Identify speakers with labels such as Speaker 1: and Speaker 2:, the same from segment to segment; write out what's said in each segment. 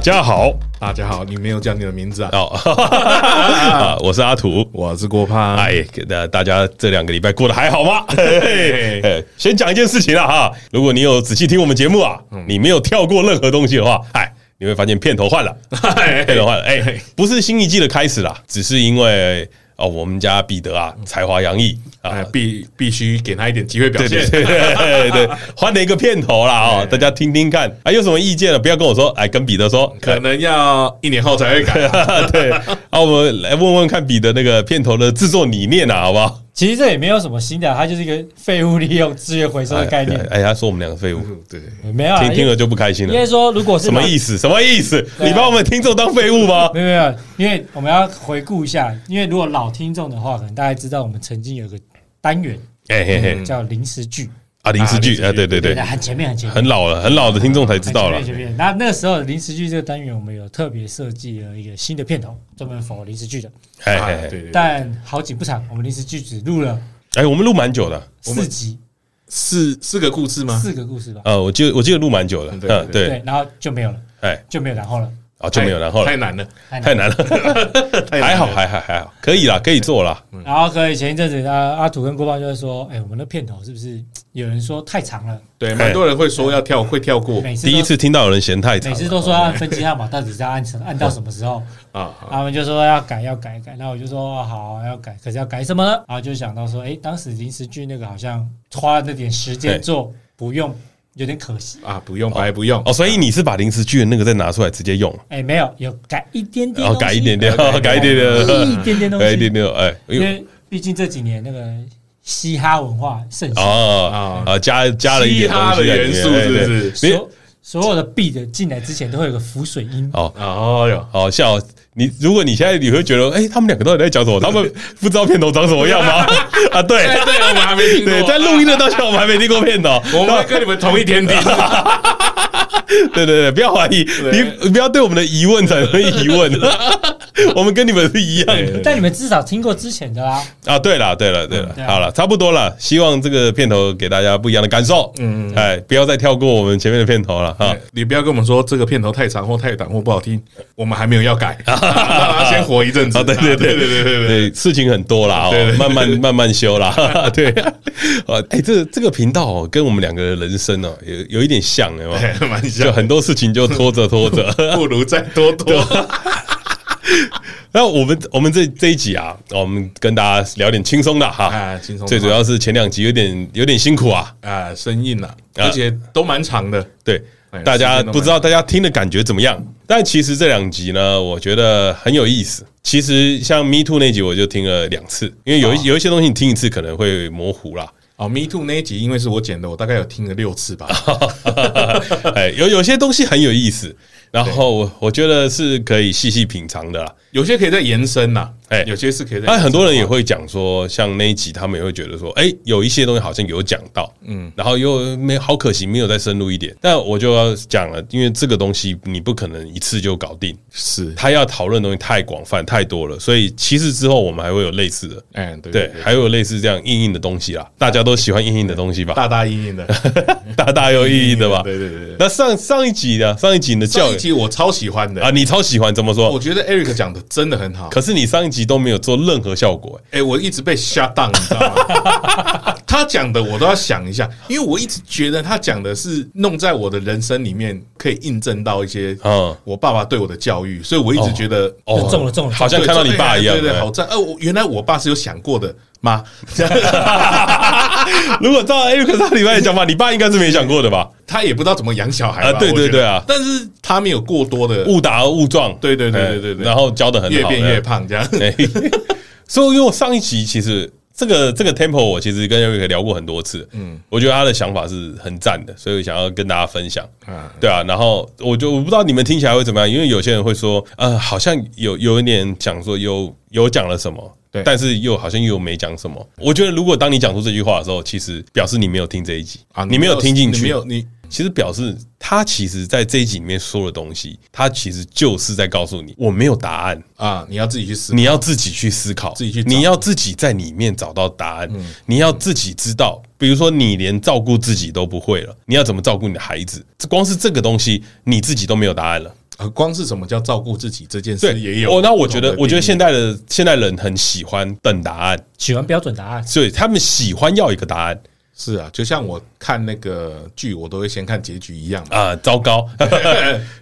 Speaker 1: 家好，
Speaker 2: 大家好，你没有叫你的名字啊？
Speaker 1: 哦，啊我是阿土。
Speaker 2: 我是郭胖。
Speaker 1: 哎，给大大家这两个礼拜过得还好吗？嘿嘿 嘿先讲一件事情啊哈，如果你有仔细听我们节目啊，
Speaker 2: 嗯
Speaker 1: 你没有跳过任何东西的话，哎，你会发现片头换了，片头换了，哎，不是新一季的开始啦，只是因为哦，我们家彼得啊，才华洋溢啊
Speaker 2: 嗯哎，，必必须给他一点机会表
Speaker 1: 对对
Speaker 2: 现。
Speaker 1: 对对对，换了一个片头啦 哦，大家听听看，哎，有什么意见了？不要跟我说，哎，跟彼得说，
Speaker 2: 可能要一年后才会 改啊。
Speaker 1: 对，啊，我们来问问看彼得那个片头的制作理念啊，好不好？
Speaker 3: 其实这也没有什么新的啊，它就是一个废物利用资源回收的概念。
Speaker 1: 哎，哎他说我们两个废物，
Speaker 2: 嗯对，
Speaker 3: 没有啊，
Speaker 1: 听听
Speaker 3: 因为
Speaker 1: 了就不开心
Speaker 3: 应该
Speaker 1: 了。
Speaker 3: 说，如果是
Speaker 1: 什么意
Speaker 3: 思？
Speaker 1: 思？什么意思？
Speaker 3: 对啊嗯
Speaker 1: 你把我们听众当废物吗？
Speaker 3: 没有没有，因为我们要回顾一下，因为如果老听众的话，可能大家知道我们曾经有个单元
Speaker 1: 哎嘿嘿
Speaker 2: 嗯，
Speaker 3: 叫临时剧，
Speaker 1: 啊，临时剧
Speaker 2: 啊
Speaker 1: 啊，对对对，
Speaker 3: 很前面很前面。
Speaker 1: 很老了，很老的听众才知道了
Speaker 3: 很。前面很前面，那那个时候临时剧这个单元，我们有特别设计了一个新的片头，专门否临时剧的。
Speaker 1: 哎
Speaker 2: 啊
Speaker 1: 哎
Speaker 2: 对对，对
Speaker 3: 但好景不长，我们临时剧只录了
Speaker 1: 哎，我们录蛮久的，
Speaker 2: 我们
Speaker 3: 四集，
Speaker 2: 四四个故事吗？
Speaker 3: 四个故事吧。
Speaker 1: 呃，我记得我记得录蛮久的，
Speaker 2: 嗯对
Speaker 1: 嗯
Speaker 2: 对
Speaker 1: 对，
Speaker 3: 对，然后就没有了，
Speaker 1: 哎，
Speaker 3: 就没有然后了。
Speaker 1: 啊就没有然后了
Speaker 2: 太，难了，
Speaker 1: 太难了，
Speaker 2: 太难
Speaker 1: 还好
Speaker 2: 了
Speaker 1: 还好还好，可以啦，可以做啦。
Speaker 3: 然后可以前一阵子，阿阿土跟郭胖就会说，哎、我们的片头是不是有人说太长了？
Speaker 2: 对，
Speaker 1: 哎
Speaker 2: 蛮多人会说要跳，会跳过
Speaker 3: 每次
Speaker 1: 第
Speaker 3: 都
Speaker 1: 一次听到有人嫌太长
Speaker 3: 每
Speaker 1: 了，嗯
Speaker 3: 次都说要按分机号码，到底是要按成按到什么时候？
Speaker 2: 啊。
Speaker 3: 他们就说要改要改改，那我就说、哦好要改，可是要改什么呢？然后就想到说，哎、当时临时剧那个好像花了那点时
Speaker 1: 对
Speaker 3: 间做，不用有点可惜。
Speaker 2: 啊，不用，白不用
Speaker 1: 哦，所以你是把临时剧的那个再拿出来直接用，
Speaker 3: 哎、没有，有改一点点
Speaker 1: 然
Speaker 3: 东
Speaker 1: 后哦
Speaker 3: 西，哎
Speaker 1: 改一点点，
Speaker 2: 对
Speaker 1: 改一点点，
Speaker 3: 一点点 东
Speaker 1: 改一点
Speaker 3: 西，
Speaker 1: 点，哎，因
Speaker 3: 因
Speaker 1: 为
Speaker 3: 为毕竟这几年那个嘻哈文化盛行，
Speaker 1: 啊啊，加加了一点东西在里面哎
Speaker 2: 嘻哈的元素
Speaker 1: 对对
Speaker 2: 是不是
Speaker 1: 对
Speaker 3: 所所有的 B 的进来之前都会有个浮水音。
Speaker 1: 哦，
Speaker 2: 哦哟，
Speaker 1: 好笑哦。你如果你现在你会觉得，哎，他们两个到底在讲什么？他们不知道片头长什么样吗？啊，对
Speaker 2: 哎对，我们还没听
Speaker 1: 对，
Speaker 2: 过，
Speaker 1: 在录音的当下我们还没听过片头，
Speaker 2: 我们会跟你们同一天 听。
Speaker 1: 啊对对对，不要怀疑，
Speaker 2: 对
Speaker 1: 你不要对我们的疑问产生 疑问，我们跟你们是一样的。
Speaker 2: 对嗯
Speaker 3: 但你们至少听过之前的啦，
Speaker 1: 啊，对了，对了，对了，
Speaker 3: 对啊
Speaker 1: 好了，差不多了。希望这个片头给大家不一样的感受。嗯，哎，不要再跳过我们前面的片头了哈
Speaker 2: 哎。你不要跟我们说这个片头太长或太短或不好听，我们还没有要 改，让它先活一阵子。
Speaker 1: 啊，对对 对
Speaker 2: 对对对对，
Speaker 1: 对，事情很多啦，
Speaker 2: 对
Speaker 1: 哦
Speaker 2: 对，
Speaker 1: 慢慢慢慢修啦。哈哈对，哦，哎，这这个频道哦，跟我们两个的人生哦，有有一点像， 有吗？
Speaker 2: 哎蛮
Speaker 1: 就
Speaker 2: 像，
Speaker 1: 很多事情就拖着拖着。
Speaker 2: 不如再多多。
Speaker 1: 那我们我们这这一集啊，我们跟大家聊点轻松的哈
Speaker 2: 啊，轻松的
Speaker 1: 最主要是前两集有点有点辛苦啊，
Speaker 2: 啊，生硬了，而且都蛮长的。
Speaker 1: 对
Speaker 2: 哎，
Speaker 1: 大
Speaker 2: 时
Speaker 1: 家
Speaker 2: 间都
Speaker 1: 不知道大家听的感觉怎么样？但其实这两集呢，我觉得很有意思。其实像 Me Too 那集，我就听了两次，因为有一、有一些东西你听一次可能会模糊啦。
Speaker 2: 哦，Me Too 那一集因为是我剪的，我大概有听了六次吧。
Speaker 1: 哎，有有些东西很有意思，然后我我觉得是可以细细品尝的啦。
Speaker 2: 有些可以再延伸呐，
Speaker 1: 哎
Speaker 2: 有些是可以再延伸的话。
Speaker 1: 但很多人也会讲说，像那一集他们也会觉得说，哎、有一些东西好像有讲到，嗯，然后又没好可惜没有再深入一点。但我就要讲了，因为这个东西你不可能一次就搞定，
Speaker 2: 是，
Speaker 1: 他要讨论的东西太广泛太多了，所以其实之后我们还会有类似的，
Speaker 2: 哎，对
Speaker 1: 对，还有类似这样硬硬的东西啦。大家都喜欢硬硬的东西吧，
Speaker 2: 大大硬硬 的，
Speaker 1: 大大又硬硬的吧。
Speaker 2: 对对对对。
Speaker 1: 那上上一集呢？上一集你的
Speaker 2: 上
Speaker 1: 教
Speaker 2: 一
Speaker 1: 育
Speaker 2: 集我超喜欢
Speaker 1: 啊，
Speaker 2: 的，
Speaker 1: 你超喜欢，怎么
Speaker 2: 我
Speaker 1: 说？
Speaker 2: 觉得 Eric 讲的真的很好。
Speaker 1: 可是你上一集都没有做任何效果、
Speaker 2: 哎、我一直被 shut down，你知道吗？ 他讲的我都要想一下，因为我一直觉得他讲的是弄在我的人生里面可以印证到一些
Speaker 1: 嗯
Speaker 2: 我爸爸对我的教育，所以我一直觉得
Speaker 1: 哦
Speaker 3: 就中了中了，
Speaker 1: 好像看到你爸一样
Speaker 2: 对对对，
Speaker 1: 哎
Speaker 2: 好赞！哦、我原来我爸是有想过的吗？
Speaker 1: 哎，如果照 Eric 上礼拜的讲法，你爸应该是没想过的吧？
Speaker 2: 他也不知道怎么养小孩吧
Speaker 1: 啊对
Speaker 2: 我觉得
Speaker 1: 对对啊
Speaker 2: 但是他没有过多的
Speaker 1: 误打误撞，
Speaker 2: 对对对对对
Speaker 1: 哎
Speaker 2: 对
Speaker 1: 然后教的很好，
Speaker 2: 越变
Speaker 1: 哎
Speaker 2: 越胖这样。
Speaker 1: 哎， 所以因为我上一集其实这个这个 tempo 我其实跟 Eric 聊过很多次，嗯，我觉得他的想法是很赞的，所以想要跟大家分享。
Speaker 2: 啊，
Speaker 1: 对啊，然后我就我不知道你们听起来会怎么样，因为有些人会说，呃，好像有有一点讲说有有讲了什么，
Speaker 2: 对
Speaker 1: 但是又好像又没讲什么。我觉得如果当你讲出这句话的时候，其实表示你没有听这一集
Speaker 2: 啊
Speaker 1: 你没有听进去，
Speaker 2: 你没有你
Speaker 1: 其实表示他其实在这一集里面说的东西，他其实就是在告诉你我没有答案，
Speaker 2: 啊，你要自己去思考。
Speaker 1: 你要自己去思考，
Speaker 2: 自己去找嗯
Speaker 1: 你要自己在里面找到答案，你要自己知道。比如说，你连照顾自己都不会了，你要怎么照顾你的孩子？这光是这个东西，你自己都没有答案了。
Speaker 2: 呃光是什么叫照顾自己这件事，也有
Speaker 1: 哦，那我觉得
Speaker 2: 不同，的
Speaker 1: 我觉得
Speaker 2: 定义
Speaker 1: 现在的现在人很喜欢等答案，
Speaker 3: 喜欢标准答案，
Speaker 1: 所以他们喜欢要一个答案
Speaker 2: 是啊，就像我看那个剧，我都会先看结局一 样嘛，
Speaker 1: 啊、糟糕，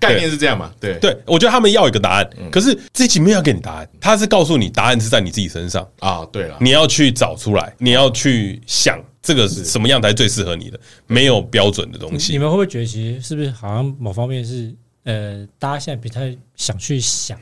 Speaker 2: 概念是这样嘛，对
Speaker 1: 对我觉得他们要一个答案，
Speaker 2: 嗯
Speaker 1: 可是这集没有给你答案，他是告诉你答案是在你自己身上，
Speaker 2: 啊，对了，
Speaker 1: 你要去找出来，你要去想这个是什么样才最适合你的，没有标准的东
Speaker 3: 你
Speaker 1: 西。
Speaker 3: 们会不会觉得其实是不是好像某方面是呃，大家现在不太想去想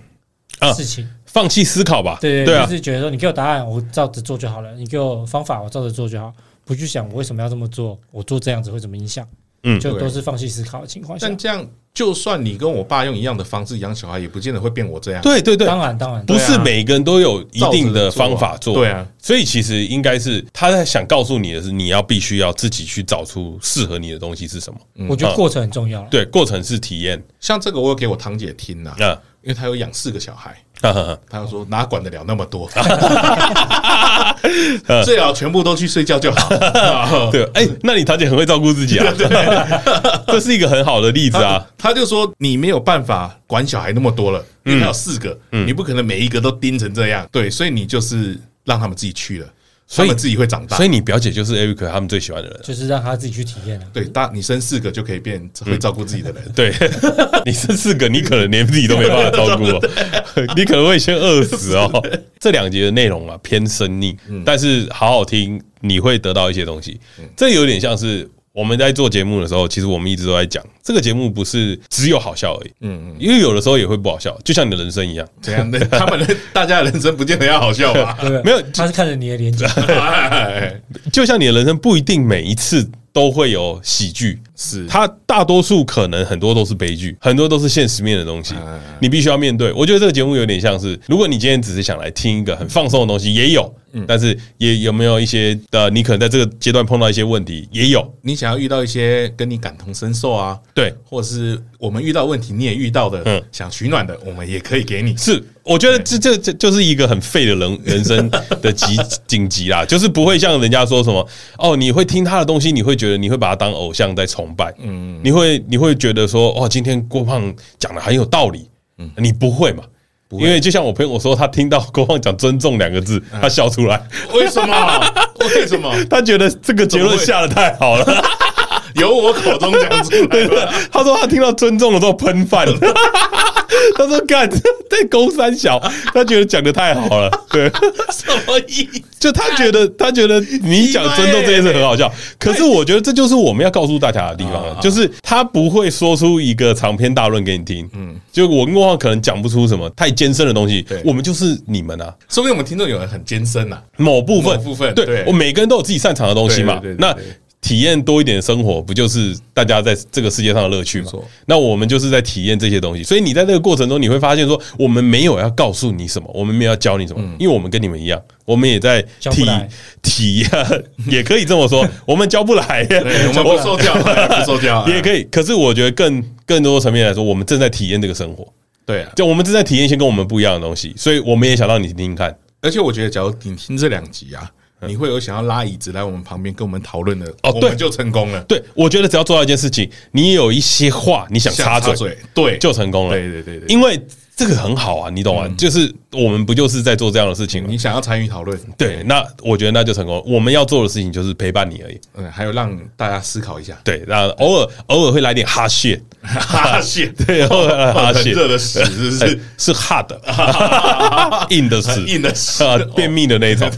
Speaker 1: 啊
Speaker 3: 事情，
Speaker 1: 放弃思考吧，
Speaker 3: 对
Speaker 1: 啊
Speaker 3: 就，是觉得说你给我答案，我照着做就好了；你给我方法，我照着做就好，不去想我为什么要这么做，我做这样子会怎么影响，
Speaker 1: 嗯
Speaker 3: 就都是放弃思考的情况下
Speaker 2: 但。这样就算你跟我爸用一样的方式养小孩，也不见得会变我这样，
Speaker 1: 对对对，
Speaker 3: 当然，当然，
Speaker 1: 不是每个人都有一定的方法做，
Speaker 2: 对啊，
Speaker 1: 所以其实应该是他在想告诉你的是，你要必须要自己去找出适合你的东西是什么。
Speaker 3: 我觉得过程很重要啦。
Speaker 1: 嗯对，过程是体验
Speaker 2: 像这个我有给我堂姐听呐、
Speaker 1: 啊，
Speaker 2: 因为她有养四个小孩，
Speaker 1: 哈哈哈
Speaker 2: 她就说哪管得了那么 多， 最好全部都去睡觉就好。啊
Speaker 1: 对，哎，那你堂姐很会照顾自己啊， 这是一个很好的例子 啊，
Speaker 2: 她就说你没有办法管小孩那么多了，
Speaker 1: 嗯
Speaker 2: 因为她有四个，你不可能每一个都盯成这样，对，所以你就是让他们自己去了，
Speaker 1: 所以
Speaker 2: 他们自己会长大
Speaker 1: 所。以你表姐就是 Eric 他们最喜欢的人。
Speaker 3: 就是让他自己去体验啊。
Speaker 2: 对，大你生四个就可以变会照顾自己的人，
Speaker 1: 对，你这四个你可能连自己都没办法照顾 哦，你可能会先饿死哦。这两节的内容啊偏生硬，但是好好听，你会得到一些东西。这有点像是我们在做节目的时候，其实我们一直都在讲，这个节目不是只有好笑而已，嗯，因为有的时候也会不好笑，就像你的人生一样。
Speaker 2: 怎样的？ 他们的大家的人生不见得要好笑 吧？
Speaker 3: 对不对
Speaker 1: 没有
Speaker 3: 他是看着你的脸讲，
Speaker 2: 哎
Speaker 1: 就像你的人生不一定每一次都会有喜剧，
Speaker 2: 是
Speaker 1: 它大多数可能很多都是悲剧，很多都是现实面的东西，你必须要面对。我觉得这个节目有点像是，如果你今天只是想来听一个很放松的东西，也有，但是也有没有一些呃，你可能在这个阶段碰到一些问题，也有，
Speaker 2: 你想要遇到一些跟你感同身受啊，
Speaker 1: 对，
Speaker 2: 或者是我们遇到问题你也遇到的，
Speaker 1: 嗯
Speaker 2: 想取暖的，我们也可以给你。
Speaker 1: 是，我觉得这这这就是一个很废的人人生的急 紧急啦，就是不会像人家说什么哦，你会听他的东西，你会觉得你会把他当偶像在崇拜，嗯，你会你会觉得说哇，今天郭胖讲的很有道理，嗯，你不会嗯嘛？因为就像我朋友说，他听到郭胖讲“尊重”两个字，他笑出来，
Speaker 2: 为什么？为什么
Speaker 1: 他觉得这个结论
Speaker 2: 怎么会
Speaker 1: 下的太好了。
Speaker 2: 由我口中讲出来
Speaker 1: 对
Speaker 2: 了？
Speaker 1: 他说他听到尊重的时候喷饭， 他说干在勾三小，他觉得讲的太好了，对。
Speaker 2: 什么意思？
Speaker 1: 就他觉
Speaker 2: 哎
Speaker 1: 得，他觉得你讲尊重这件事很好笑，可是我觉得这就是我们要告诉大家的地方
Speaker 2: 啊
Speaker 1: 了，就是他不会说出一个长篇大论给你听，嗯，就我跟郭浩可能讲不出什么太艰深的东西
Speaker 2: 对，
Speaker 1: 我们就是你们啊，
Speaker 2: 说不定我们听众有人很艰深啊 呐。
Speaker 1: 某部分
Speaker 2: 某部分
Speaker 1: 对
Speaker 2: 对
Speaker 1: 我每个人都有自己擅长的东西嘛
Speaker 2: 对对对，对
Speaker 1: 那
Speaker 2: 对。
Speaker 1: 体验多一点生活，不就是大家在这个世界上的乐趣吗
Speaker 2: 错？
Speaker 1: 那我们就是在体验这些东西，所以你在这个过程中，你会发现说，我们没有要告诉你什么，我们没有要教你什
Speaker 2: 嗯
Speaker 1: 么，因为我们跟你们一样，我们也在
Speaker 3: 教
Speaker 1: 体
Speaker 3: 不来
Speaker 1: 体也可以这 么说，我们教不来，
Speaker 2: 对，我们不受 教，不受教，啊
Speaker 1: 也可以。可是我觉得更更多层面来说，我们正在体验这个生活，
Speaker 2: 对啊。
Speaker 1: 就我们正在体验一些跟我们不一样的东西，所以我们也想让你听听看。
Speaker 2: 而且我觉得，假如你听这两集啊，你会有想要拉椅子来我们旁边跟我们讨论的，
Speaker 1: 嗯哦
Speaker 2: 我
Speaker 1: 对
Speaker 2: 们就成功了。
Speaker 1: 对，我觉得只要做到一件事情，你有一些话你想
Speaker 2: 想
Speaker 1: 插嘴，
Speaker 2: 插嘴，对，
Speaker 1: 就成功了。
Speaker 2: 对对对嗯对，
Speaker 1: 因为这个很好啊，你懂啊？就是我们不就是在做这样的事情吗
Speaker 2: 你？想要参与讨论，
Speaker 1: 对，那我觉得那就成功了。我们要做的事情就是陪伴你而已。
Speaker 2: 嗯，还有让大家思考一下。
Speaker 1: 对，那偶尔偶尔会来点哈谢，
Speaker 2: 哈谢，
Speaker 1: 对，偶尔来哈
Speaker 2: 很
Speaker 1: 谢，
Speaker 2: 热的屎 是不
Speaker 1: 哎
Speaker 2: 是？
Speaker 1: 是 hard 硬的屎，
Speaker 2: 硬的哦屎
Speaker 1: 啊，便秘的那一种。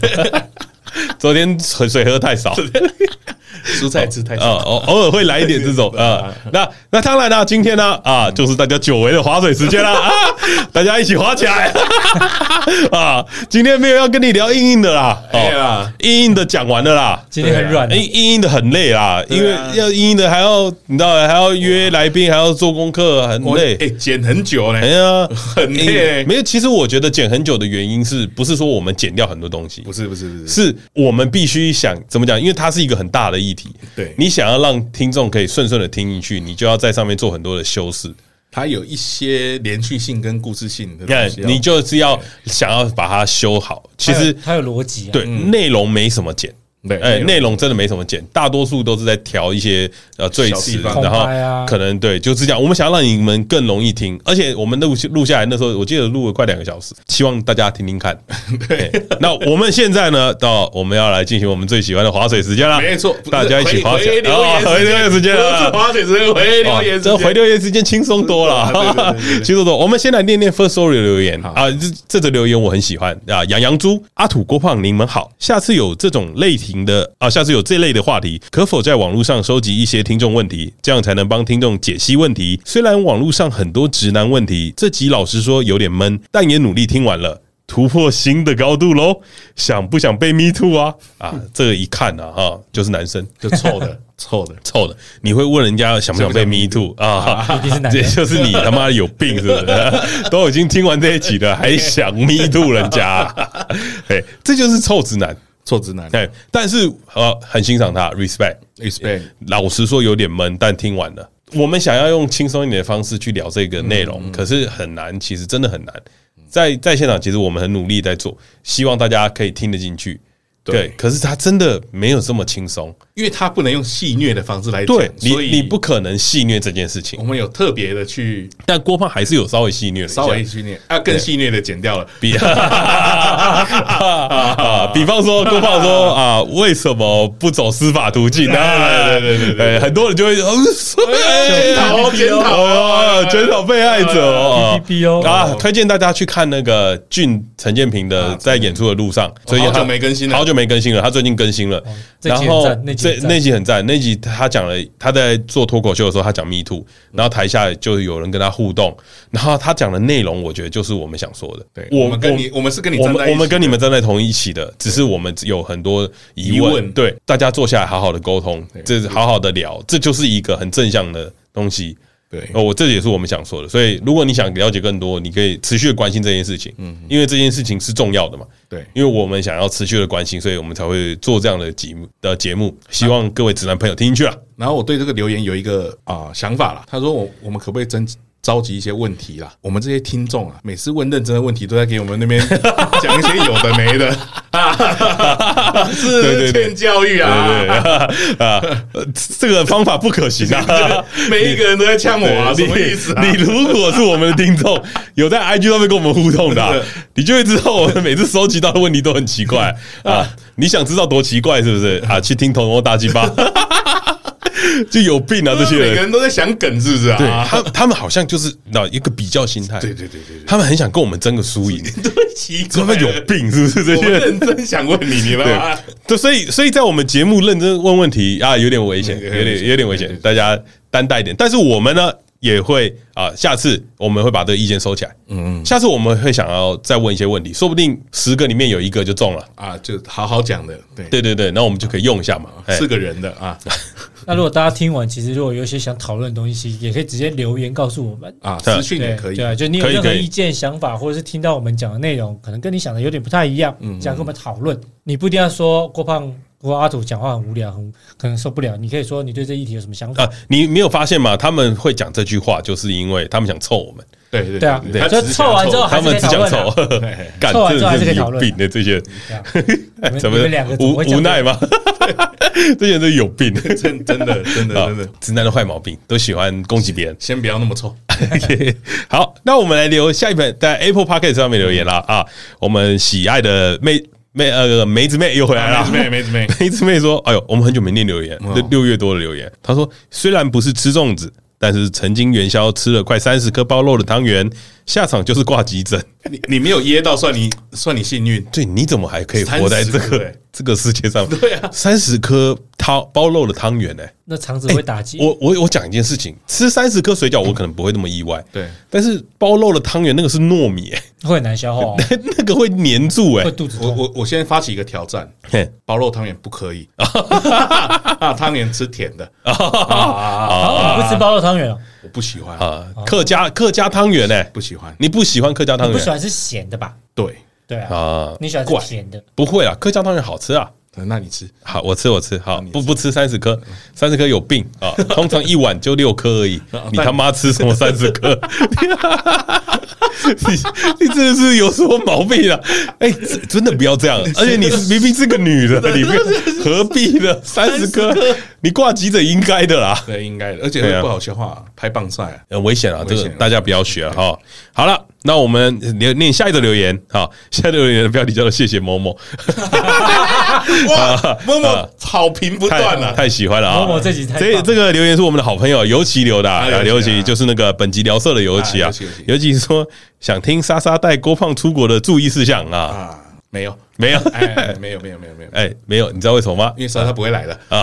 Speaker 1: 昨天水水喝太少，
Speaker 2: 蔬菜吃太
Speaker 1: 啊，
Speaker 2: 少，
Speaker 1: 偶偶尔会来一点这种 啊。那那当然啦，今天呢啊，就是大家久违的划水时间啦啊，大家一起划起来 啊！今天没有要跟你聊硬硬的啦，
Speaker 2: 哎呀哎
Speaker 1: 哦，硬硬的讲完了啦。
Speaker 3: 今天很软啊，
Speaker 1: 硬硬硬的很累啦，因为
Speaker 2: 对啊
Speaker 1: 要硬硬的还要你知道还要约来宾，还要做功课，很
Speaker 2: 我
Speaker 1: 累。
Speaker 2: 哎剪很久
Speaker 1: 哎
Speaker 2: 嘞，
Speaker 1: 呀，
Speaker 2: 很累
Speaker 1: 欸没有，其实我觉得剪很久的原因是不是说我们剪掉很多东西
Speaker 2: 不？是不是不是，
Speaker 1: 是我们必须想怎么讲，因为它是一个很大的议题。
Speaker 2: 对
Speaker 1: 你想要让听众可以顺顺的听进去，你就要在上面做很多的修饰。
Speaker 2: 它有一些连续性跟故事性的
Speaker 1: 你
Speaker 2: 东
Speaker 1: 看
Speaker 2: 西，要，哦
Speaker 1: 哎你就是要想要把它修好。其实
Speaker 2: 哎
Speaker 3: 他有逻辑
Speaker 2: 嗯
Speaker 3: 啊，
Speaker 1: 对内容没什么剪，
Speaker 2: 对，
Speaker 1: 哎，
Speaker 2: 内
Speaker 1: 内容真的没什么剪，大多数都是在调一些呃最词，
Speaker 2: 小地方
Speaker 1: 然
Speaker 3: 空白啊
Speaker 1: 后可能对，就是这样。我们想要让你们更容易听，而且我们录录下来那时候，我记得录了快两个小时，希望大家听听 看。对，那我们现在呢，到我们要来进行我们最喜欢的划水时间了，
Speaker 2: 没错，
Speaker 1: 大家一起划
Speaker 2: 回
Speaker 1: 水
Speaker 2: 回留言
Speaker 1: 哦回留言时间
Speaker 2: 不是
Speaker 1: 了。
Speaker 2: 滑水时间，回留言时
Speaker 1: 哦
Speaker 2: 间，
Speaker 1: 这回留言时间轻松多了
Speaker 2: 对对对对，对
Speaker 1: 轻松多。我们先来念念 First Story 的留言
Speaker 2: 好
Speaker 1: 啊，这这则留言我很喜欢啊。养羊猪、阿土、郭胖，你们好，下次有这种类型的啊，下次有这类的话题，可否在网络上收集一些听众问题，这样才能帮听众解析问题？虽然网络上很多直男问题，这集老实说有点闷，但也努力听完了。突破新的高度喽！想不想被 me too 啊？啊，这个一看啊，哈，就是男生，
Speaker 2: 就哎臭的，臭的，
Speaker 1: 臭的，你会问人家想不想被 me too 啊？
Speaker 3: 一定是男
Speaker 1: 这
Speaker 3: 的。
Speaker 1: 就是你他妈有病是不是？ 都已经听完这一集了，还 想 me too 人家、 啊？哎，这就是臭直男。
Speaker 2: 臭直男
Speaker 1: 哎，但是呃，很欣赏他，respect。
Speaker 2: ，respect，
Speaker 1: 老实说有点闷，但听完了，我们想要用轻松一点的方式去聊这个内容，可是很难，其实真的很难。在在现场，其实我们很努力在做，希望大家可以听得进去。
Speaker 2: 对
Speaker 1: 对，可是他真的没有这么轻松。
Speaker 2: 因为他不能用戏谑的方式来讲，
Speaker 1: 对你
Speaker 2: 所，以
Speaker 1: 你不可能戏谑这件事
Speaker 2: 我
Speaker 1: 情。
Speaker 2: 们有特别的去
Speaker 1: 但郭胖还是有稍微戏谑了一下，
Speaker 2: 稍微训练，啊，更戏谑的剪掉了，
Speaker 1: 比 啊，比方说郭胖说啊，为什么不走司法途径呢？
Speaker 2: 对对对对对哎
Speaker 1: 哎很多人就会哦，
Speaker 2: 检讨检讨哎
Speaker 1: 哦检讨被害者哦
Speaker 3: PPP 哦
Speaker 1: 啊，推荐大家去看那个俊陈建平的在演出的路上，所以
Speaker 2: 啊好久
Speaker 1: 他
Speaker 2: 没更新了
Speaker 1: 好久没更新了，他最近更新了。
Speaker 3: 哦这集
Speaker 1: 然
Speaker 3: 很
Speaker 1: 后
Speaker 3: 赞那集
Speaker 1: 这
Speaker 3: 很赞
Speaker 1: 那集很赞，那集他讲了他在做脱口秀的时候，他讲 Me Too，然后台下就有人跟他互动，然后他讲的内容，我觉得就是我们想说的。
Speaker 2: 对，
Speaker 1: 我
Speaker 2: 我们跟你，我们是跟你
Speaker 1: 我
Speaker 2: 站在一
Speaker 1: 们
Speaker 2: 起
Speaker 1: 我们跟你们站在同一起的，只是我们有很多疑
Speaker 2: 疑
Speaker 1: 问，
Speaker 2: 问
Speaker 1: 对大家坐下来好好的沟通
Speaker 2: 对，
Speaker 1: 这是好好的聊，这就是一个很正向的东西。
Speaker 2: 对
Speaker 1: 哦，我这也是我们想说的，所以如果你想了解更多，你可以持续的关心这件事情，嗯，因为这件事情是重要的嘛，
Speaker 2: 对
Speaker 1: 因为我们想要持续的关心，所以我们才会做这样的节目的节目，希望各位直男朋友听进去了。
Speaker 2: 然后我对这个留言有一个啊、想法啦，他说我我们可不可以征召集一些问题啦？我们这些听众啊，每次问认真的问题，都在给我们那边讲一些有的没的，
Speaker 1: 对
Speaker 2: 是
Speaker 1: 对对
Speaker 2: 欠教育
Speaker 1: 对对
Speaker 2: 啊！
Speaker 1: 对啊，呃这个方法不可行啊。
Speaker 2: 每一个人都在呛我啊，
Speaker 1: 对
Speaker 2: 什么意思啊？
Speaker 1: 你你如果是我们的听众，有在 IG 上面跟我们互动的啊、
Speaker 2: 真的
Speaker 1: 你就会知道我们每次收集到的问题都很奇怪啊。你想知道多奇怪是不是啊？去听《头头大鸡巴》，就有病啊！这些
Speaker 2: 每个
Speaker 1: 人，
Speaker 2: 人都在想梗，是不是
Speaker 1: 对
Speaker 2: 啊？
Speaker 1: 他他们好像就是那一个比较心态，
Speaker 2: 对对对对对
Speaker 1: 他们很想跟我们争个输赢，
Speaker 2: 对，奇
Speaker 1: 他
Speaker 2: 怪
Speaker 1: 们有
Speaker 2: 了，
Speaker 1: 病是不是？这
Speaker 2: 我
Speaker 1: 些
Speaker 2: 们
Speaker 1: 人。
Speaker 2: 认真想问你，你
Speaker 1: 对
Speaker 2: 了，
Speaker 1: 对，所以所以在我们节目认真问问题啊，有点危险，
Speaker 2: 嗯
Speaker 1: 有点有点危险
Speaker 2: 对对，
Speaker 1: 大家担待一点。但是我们呢也会啊，下次我们会把这个意见收起来。嗯，下次我们会想要再问一些问题，说不定十个里面有一个就中了。
Speaker 2: 啊，就好好讲的，对，
Speaker 1: 对对对，那我们就可以用一下嘛。哎
Speaker 2: 是个人的啊
Speaker 3: 那如果大家听完，其实如果有一些想讨论的东西，也可以直接留言告诉我们。
Speaker 2: 啊，
Speaker 1: 对
Speaker 2: 私讯也
Speaker 3: 对
Speaker 2: 可以
Speaker 3: 对，啊，就你有
Speaker 1: 可以
Speaker 3: 任何
Speaker 1: 可以
Speaker 3: 意见、想法，或者是听到我们讲的内容，可能跟你想的有点不太一样，
Speaker 1: 嗯
Speaker 3: 想跟我们讨论。你不一定要说郭胖或阿土讲话很无聊，很可能受不了。你可以说你对这议题有什么想法
Speaker 1: 啊，，你没有发现吗？他们会讲这句话，就是因为他们想凑我们，
Speaker 2: 对对
Speaker 3: 对啊
Speaker 2: 他
Speaker 3: 就
Speaker 2: 只是
Speaker 3: 凑
Speaker 2: 想
Speaker 3: 完之后
Speaker 1: 他们只想凑， 干
Speaker 3: 啊凑完之后还是可
Speaker 1: 真
Speaker 3: 以
Speaker 1: 的
Speaker 3: 讨
Speaker 1: 有
Speaker 3: 论啊
Speaker 1: 病的这些人，
Speaker 3: 这样你们
Speaker 1: 怎
Speaker 3: 你
Speaker 1: 么
Speaker 3: 们两个怎么
Speaker 1: 无
Speaker 3: 会讲
Speaker 1: 无奈吗？ 这些人都有病，
Speaker 2: 真真的真的真的，
Speaker 1: 啊直男的坏毛病都喜欢攻击别 人。
Speaker 2: 先不要那么臭。
Speaker 1: 好，那我们来留下一本在 Apple p o c k e t 上面留言啦啊，我们喜爱的妹妹呃梅子妹又回来
Speaker 2: 啊
Speaker 1: 了。
Speaker 2: 妹妹妹妹，
Speaker 1: 梅子妹说：“哎呦，我们很久没念留言，六六月多的留言。她说，虽然不是吃粽子，但是曾经元宵吃了快三十颗包肉的汤圆，下场就是挂急诊。
Speaker 2: 你你没有噎到，算你算你幸运。
Speaker 1: 对，你怎么还可以活在这
Speaker 2: 30颗
Speaker 1: 个
Speaker 2: 欸
Speaker 1: 这个世界上？
Speaker 2: 对啊
Speaker 1: 三十颗汤包肉的汤圆呢？欸
Speaker 3: 那肠子会打击。
Speaker 1: 我我我讲一件事情，吃三十颗水饺，我可能不会那么意外。
Speaker 2: 对
Speaker 1: 但是包肉的汤圆那个是糯米、欸。”
Speaker 3: 会很难消化、哦，
Speaker 1: 那个会粘住哎、
Speaker 3: 会肚子
Speaker 2: 我
Speaker 3: 痛。
Speaker 2: 我我先发起一个挑战，
Speaker 1: 嘿
Speaker 2: 包肉汤圆不可 以，啊，汤圆吃甜 的，啊，
Speaker 3: 啊，你不吃包肉汤圆哦，
Speaker 2: 我不喜欢，
Speaker 1: 啊！
Speaker 3: 哦
Speaker 1: 客家客家汤圆哎，
Speaker 2: 不喜欢。
Speaker 1: 你不喜欢客家汤
Speaker 3: 你不喜
Speaker 1: 圆
Speaker 3: 欢吃咸的吧？
Speaker 2: 对，
Speaker 3: 对啊，
Speaker 1: 啊？
Speaker 3: 你喜欢
Speaker 2: 怪
Speaker 3: 吃甜的。
Speaker 1: 不会啦，客家汤圆好吃啊！
Speaker 2: 那你吃，
Speaker 1: 好，我吃我吃，好
Speaker 2: 你也
Speaker 1: 不不吃三十颗，三十颗有病啊！通常一碗就六颗而已，你他妈吃什么三十颗？ 你你真的是有什么毛病啊？哎，真真的不要这样！而且你是明明是个女的，你不要何必呢？三十颗，你挂急诊应该的啦。
Speaker 2: 对，应该的，而且
Speaker 1: 对啊
Speaker 2: 会不好消化，拍棒赛啊。
Speaker 1: 很危险啊，这
Speaker 2: 危
Speaker 1: 个
Speaker 2: 险啊
Speaker 1: 大家不要学啊哈。好了，那我们留念下一则留言哈，下一则留言的标题叫做“谢谢某某
Speaker 2: 哇，默
Speaker 1: 啊
Speaker 2: 默好评”，不
Speaker 1: 太
Speaker 2: 断啊！
Speaker 1: 太喜欢了啊。
Speaker 3: 某某这集太棒
Speaker 1: 这
Speaker 3: 了
Speaker 1: 这个留言是我们的好朋友尤其留的啊，
Speaker 2: 啊尤
Speaker 1: 啊
Speaker 2: 其
Speaker 1: 尤其
Speaker 2: 啊
Speaker 1: 就是那个本集聊色的尤其
Speaker 2: 啊
Speaker 1: 啊
Speaker 2: 尤其尤其，
Speaker 1: 尤其说想听莎莎带郭胖出国的注意事项啊，
Speaker 2: 啊，没有，
Speaker 1: 没有，
Speaker 2: 哎，没有，没有，没有，没有，
Speaker 1: 哎，没有，你知道为什么吗？
Speaker 2: 因为莎莎不会来的。
Speaker 1: 啊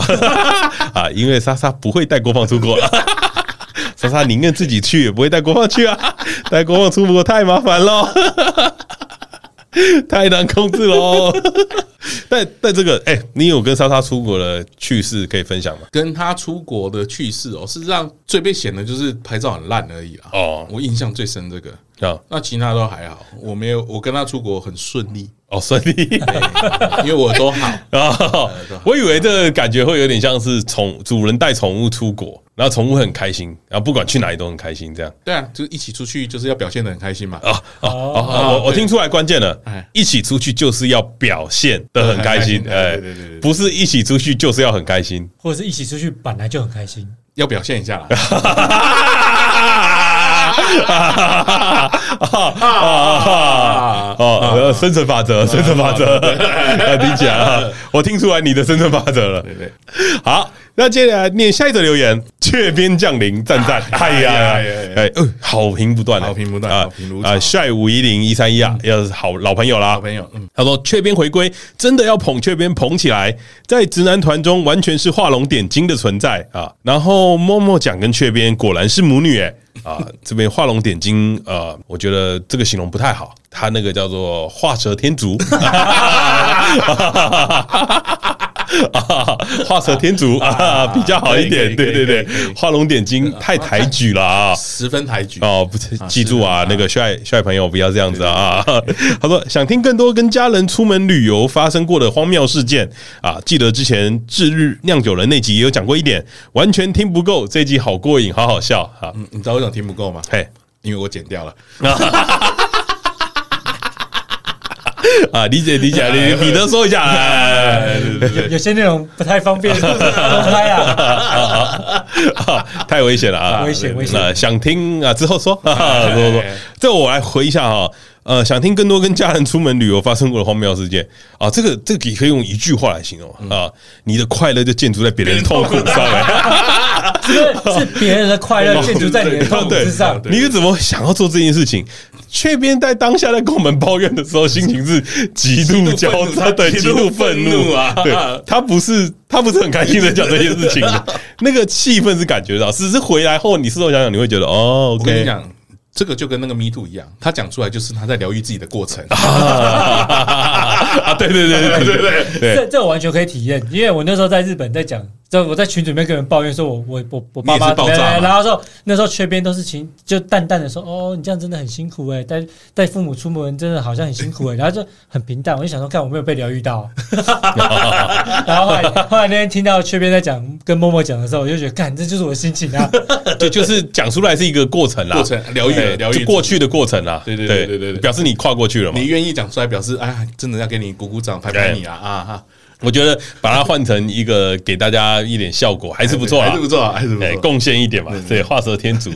Speaker 1: 啊，因为莎莎不会带郭放出国了。 莎莎宁愿自己去，也不会带郭放去啊！带郭放出国太麻烦了， 太难控制喽。 但但这个，哎、你有跟莎莎出国的趣事可以分享吗？
Speaker 2: 跟他出国的趣事哦，事实上最被显的就是拍照很烂而已啦。
Speaker 1: 哦
Speaker 2: 我印象最深这个，
Speaker 1: 啊，
Speaker 2: 那其他都还好。我没有，我跟他出国很顺利，
Speaker 1: 哦，顺利
Speaker 2: 因为我都好。
Speaker 1: 啊！我以为这个感觉会有点像是宠主人带宠物出国，然后宠物很开心，然后不管去哪里都很开心这样。
Speaker 2: 对啊，就是一起出去，就是要表现的很开心嘛。
Speaker 1: 哦哦哦，
Speaker 2: 啊
Speaker 1: 我我
Speaker 2: 对
Speaker 1: 听出来关键了
Speaker 2: 哎，
Speaker 1: 一起出去就是要表现的很开心，
Speaker 2: 很开心
Speaker 1: 哎
Speaker 2: 对对对对，
Speaker 1: 不是一起出去就是要很开心。
Speaker 3: 或者是一起出去本来就很开心，
Speaker 2: 要表现一下啦。
Speaker 1: 啊哦，呃生存法则，生存法则，啊理解啊！我听出来你的生存法则了。
Speaker 2: 对对，
Speaker 1: 好，那接下来念下一则留言：雀边降临，赞赞！哎 呀，
Speaker 2: 哎呀
Speaker 1: 哎
Speaker 2: 哎呀
Speaker 1: 哎，呃好评不断啊，
Speaker 2: 好评不断
Speaker 1: 啊
Speaker 2: 好评如潮
Speaker 1: 啊！帅五一零一三一啊，要是好老朋友啦，
Speaker 2: 好朋友，嗯，
Speaker 1: 他说：“雀边回归真的要捧雀边捧起来，在直男团中完全是画龙点睛的存在啊。”然后默默讲跟雀边果然是母女哎、啊，这边画龙点睛呃，我觉得这个形容不太好，他那个叫做画蛇添足， 啊画蛇添足啊，比较好一点，
Speaker 2: 可以
Speaker 1: 对
Speaker 2: 可以
Speaker 1: 对对
Speaker 2: 可以可，以
Speaker 1: 画龙点睛太抬举了啊。
Speaker 2: 十分抬举。
Speaker 1: 哦，不是，记住啊
Speaker 2: 啊，
Speaker 1: 那个帅帅朋友不要这样子啊。 他说想听更多跟家人出门旅游发生过的荒谬事件啊，记得之前至日酿酒人那集也有讲过一点，完全听不够，这一集好过瘾，好好笑啊。
Speaker 2: 嗯，你知道为什么听不够吗？
Speaker 1: 嘿，
Speaker 2: 因为我剪掉了。
Speaker 1: 啊，理解 理解，你彼得说一下，哎
Speaker 3: 有些内容不太方便公开啊。
Speaker 1: 啊太危险了啊！
Speaker 3: 危险危险
Speaker 1: 呃想听啊，之后说，哈哈之后说
Speaker 2: 哎哎哎。
Speaker 1: 这我来回一下哈，呃，想听更多跟家人出门旅游发生过的荒谬事件啊，这个这个也可以用一句话来形容啊，你的快乐就建筑在别人的痛苦上哎。
Speaker 3: 这个是别人的快乐建筑在你的痛苦之上，
Speaker 1: 你是怎么想要做这件事情？却边在当下在跟我们抱怨的时候，心情是极度焦躁，对，极
Speaker 2: 极
Speaker 1: 度
Speaker 2: 度
Speaker 1: 愤
Speaker 2: 愤怒
Speaker 1: 怒
Speaker 2: 啊
Speaker 1: 对，他不是他不是很开心的讲这件事情 的，那个气氛是感觉到，只是回来后你事后想想，你会觉得哦
Speaker 2: 我跟你
Speaker 1: ，OK，
Speaker 2: 讲，这个就跟那个 Me Too 一样，他讲出来就是他在疗愈自己的过程。
Speaker 1: 啊，对对对对对对
Speaker 3: 这这我完全可以体验，因为我那时候在日本在讲，这我在群组里面跟人抱怨说我，我我我爸
Speaker 2: 你也
Speaker 3: 妈
Speaker 2: 是爆炸嘛
Speaker 3: 然后说那时候缺边都是情，就淡淡的说，哦，你这样真的很辛苦哎、带带父母出门真的好像很辛苦哎、然后就很平淡，我就想说，看我没有被疗愈 到。然后后来后来那天听到缺边在讲跟默默讲的时候，我就觉得，干，这就是我的心情啊。
Speaker 1: 对，就就是讲出来是一个过程啦，
Speaker 2: 过程疗愈
Speaker 1: 对
Speaker 2: 疗愈
Speaker 1: 就过去的过程啦，
Speaker 2: 对对对对对对
Speaker 1: 表示你跨过去了嘛
Speaker 2: 你。愿意讲出来，表示哎，真的要给你鼓鼓掌，拍拍你啊啊哈，
Speaker 1: 我觉得把它换成一个给大家一点效果，还是不错啦，
Speaker 2: 还是不错，啊还是不
Speaker 1: 哎，
Speaker 2: 错。
Speaker 1: 贡献一点嘛，对，画蛇添足。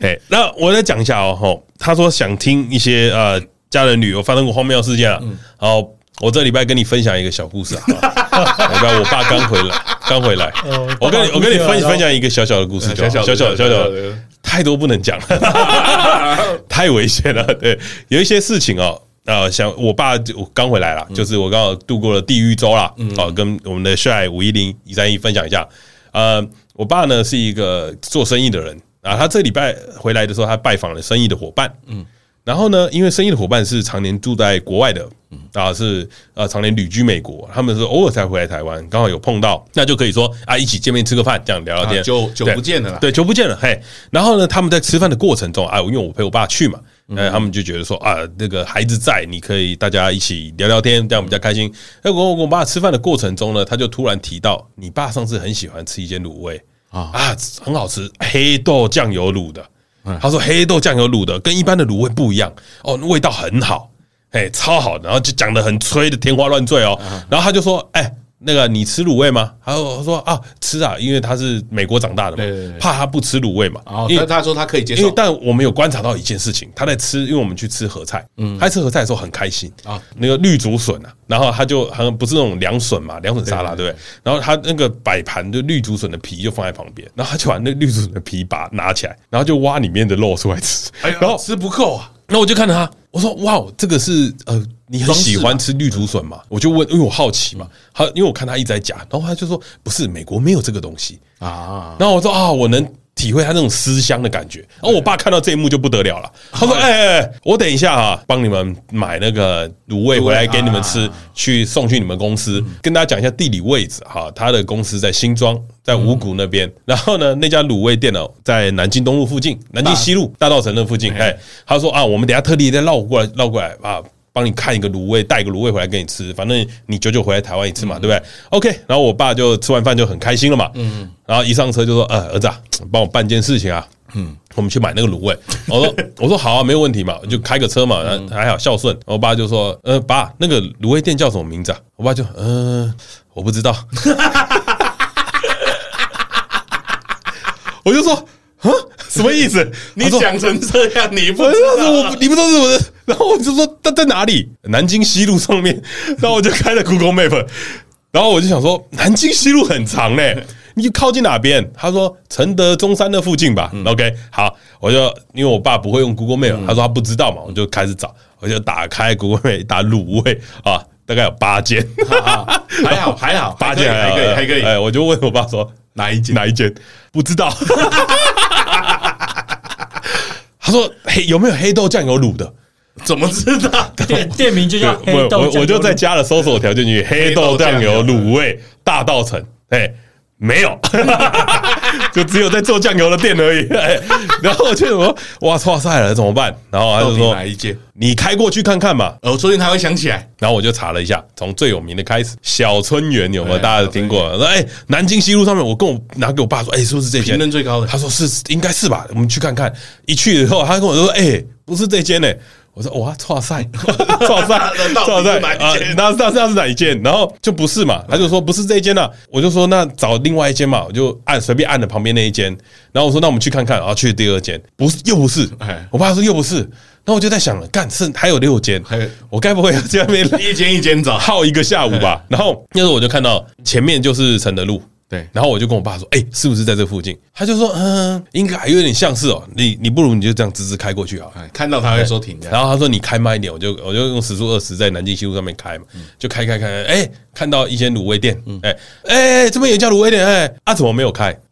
Speaker 1: 哎，那我再讲一下哦，吼，他说想听一些呃家人旅游发生过荒谬事件啊，好，我这礼拜跟你分享一个小故事啊，礼拜我爸刚回来，刚回来
Speaker 3: 哦，
Speaker 1: 我跟你我跟你
Speaker 3: 爸爸
Speaker 1: 分
Speaker 3: 回来了
Speaker 1: 分享一个小小的故事就好，啊哎小
Speaker 2: 小
Speaker 1: 小
Speaker 2: 小的
Speaker 1: 小小
Speaker 2: 小小
Speaker 1: 的
Speaker 2: 的，
Speaker 1: 太多不能讲 了，太危险了，对，有一些事情哦。呃，像我爸就我刚回来啦，就是我刚好度过了地狱周啦，哦，跟我们的帅五一零一三一分享一下，呃，我爸呢是一个做生意的人啊，他这礼拜回来的时候，他拜访了生意的伙伴，嗯，然后呢，因为生意的伙伴是常年住在国外的，啊，是呃常年旅居美国，他们是偶尔才回来台湾，刚好有碰到，那就可以说啊一起见面吃个饭，这样聊聊天，
Speaker 2: 啊久久
Speaker 1: 对
Speaker 2: 不见了啦
Speaker 1: 啊对，久不见了，嘿。然后呢，他们在吃饭的过程中，哎，因为我陪我爸去嘛，
Speaker 2: 嗯
Speaker 1: 那他们就觉得说啊，那个孩子在，你可以大家一起聊聊天，这样比较开心。那我我爸吃饭的过程中呢，他就突然提到，你爸上次很喜欢吃一间卤味
Speaker 2: 啊
Speaker 1: 啊很好吃，黑豆酱油卤的。
Speaker 2: 哎
Speaker 1: 他说黑豆酱油卤的跟一般的卤味不一样哦，味道很好，哎，超好。然后就讲的很吹的天花乱坠哦。
Speaker 2: 啊
Speaker 1: 然后他就说，哎。那个你吃卤味吗？他说说啊吃啊，因为他是美国长大的嘛，
Speaker 2: 对对对
Speaker 1: 怕他不吃卤味嘛，
Speaker 2: 哦，
Speaker 1: 因为
Speaker 2: 但他说他可以接
Speaker 1: 因为
Speaker 2: 受，
Speaker 1: 但我们有观察到一件事情，他在吃，因为我们去吃合菜，嗯，他在吃合菜的时候很开心
Speaker 2: 啊
Speaker 1: 啊，那个绿竹笋啊，然后他就好像不是那种凉笋嘛，凉笋沙拉
Speaker 2: 对
Speaker 1: 对不对？然后他那个摆盘就绿竹笋的皮就放在旁边，然后他就把那绿竹笋的皮把拿起来，然后就挖里面的肉出来吃，
Speaker 2: 哎呀
Speaker 1: 然后
Speaker 2: 吃不够啊，
Speaker 1: 那我就看着他，我说：“哇，这个是呃，你很喜欢吃绿竹笋嘛？”我就问，因为我好奇嘛，他因为我看他一直在夹，然后他就说：“不是，美国没有这个东西。”
Speaker 2: 啊，
Speaker 1: 然后我说啊，我能体会他那种思乡的感觉。然后我爸看到这一幕就不得了了，他说：“哎、哎哎我等一下啊，帮你们买那个卤味回来给你们
Speaker 2: 卤
Speaker 1: 吃
Speaker 2: 味啊，
Speaker 1: 去送去你们公司。跟大家讲一下地理位置哈，他的公司在新庄，在五股那边。然后呢，那家卤味店呢，在南京东路附近，南京西路大道城那附近。啊哎，他说啊，我们等一下特地再绕过来，绕过来啊。”帮你看一个卤味，带一个卤味回来给你吃，反正你久久回来台湾一次嘛，对不对？OK，然后我爸就吃完饭就很开心了嘛，嗯，然后一上车就说：“呃，儿子啊，帮我办件事情啊，嗯，我们去买那个卤味。” 我说：“我说好啊，没有问题嘛，就开个车嘛，然后还好孝顺。”我爸就说：“呃，爸，那个卤味店叫什么名字啊？”我爸就：“嗯、我不知道。” 我就说：“啊，什么意思？
Speaker 2: 你
Speaker 1: 他说
Speaker 2: 讲成这样，你不
Speaker 1: 我
Speaker 2: 知
Speaker 1: 就
Speaker 2: 道
Speaker 1: 说我你不知道是我的，然后我就说在在哪里？南京西路上面，然后我就开了 Google Map，然后我就想说南京西路很长嘞、你靠近哪边？他说承德中山那附近吧。OK，好，
Speaker 2: 嗯
Speaker 1: 我就因为我爸不会用 Google Map，、他说他不知道嘛，我就开始找，我就打开 Google Map 打卤味啊，大概有八间，
Speaker 2: 啊还好还 好，
Speaker 1: 八
Speaker 2: 还可以
Speaker 1: 间
Speaker 2: 还可以还可以，
Speaker 1: 哎，我就问我爸说
Speaker 2: 哪一间？
Speaker 1: 哪一间？不知道。 他说：“黑有没有黑豆酱油卤的？”
Speaker 2: 怎么知道？
Speaker 3: 店店名就叫
Speaker 1: 对
Speaker 3: 黑豆
Speaker 1: 我
Speaker 3: 酱油
Speaker 1: 我我就在加了搜索条件进去，黑豆酱油卤味大稻城，哎，没有， 就只有在做酱油的店而已。哎，然后我就说，哇，操塞了，怎么办？然后他
Speaker 2: 到
Speaker 1: 就
Speaker 2: 底
Speaker 1: 说
Speaker 2: 哪，一间？
Speaker 1: 你开过去看看嘛。
Speaker 2: 呃，我说不定他会想起来。
Speaker 1: 然后我就查了一下，从最有名的开始，小春园有没有
Speaker 2: 对
Speaker 1: 大家听过？说哎，南京西路上面，我跟我拿给我爸说，哎，是不是这间？
Speaker 2: 评论最高的，
Speaker 1: 他说是，应该是吧？我们去看看。一去以后，他跟我说，哎，不是这间呢。我说哇，错赛， 错赛
Speaker 2: 到底
Speaker 1: 错赛啊
Speaker 2: 是哪一间
Speaker 1: 那那那是哪一间？然后就不是嘛，他就说不是这一间了。我就说那找另外一间嘛，我就按随便按了旁边那一间。然后我说那我们去看看，然后去第二间，不是又不是
Speaker 2: 哎，
Speaker 1: 我爸说又不是。那我就在想了，干剩还有六间
Speaker 2: 还有，
Speaker 1: 我该不会要在那边
Speaker 2: 一间一间找，
Speaker 1: 耗一个下午
Speaker 2: 哎
Speaker 1: 吧。然后那时候我就看到前面就是承德路，
Speaker 2: 对
Speaker 1: 然后我就跟我爸说：“哎、是不是在这附近？”他就说：“嗯，应该有点像是哦。你你不如你就这样直直开过去好了。
Speaker 2: 哎看到他会说停的。哎
Speaker 1: 然后他说：“你开慢一点，我就我就用时速二十在南京西路上面开嘛，
Speaker 2: 嗯
Speaker 1: 就开开开，哎、看到一间卤味店，哎、哎、这边有一家卤味店，哎、啊，怎么没有开？”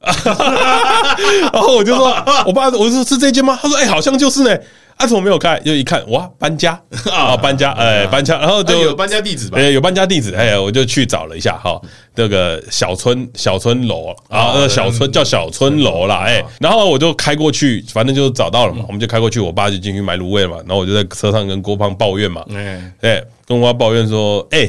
Speaker 1: 然后我就说：“我爸，我说是这间吗？”他说：“哎、好像就是呢。”啊，怎么没有开？就一看，哇，搬 家啊，搬家，哎、搬家，然后
Speaker 2: 哎
Speaker 1: 就
Speaker 2: 有搬家地址吧
Speaker 1: 哎、？有搬家地址，哎、我就去找了一下哈，这个小村小村楼
Speaker 2: 哦
Speaker 1: 啊，呃，小
Speaker 2: 嗯
Speaker 1: 村叫小村楼啦，哎、然后我就开过去，反正就找到了
Speaker 2: 嗯
Speaker 1: 嘛，我们就开过去，我爸就进去买卤味了嘛，然后我就在车上跟郭胖抱怨嘛，
Speaker 2: 哎，
Speaker 1: 哎、跟我爸抱怨说，哎、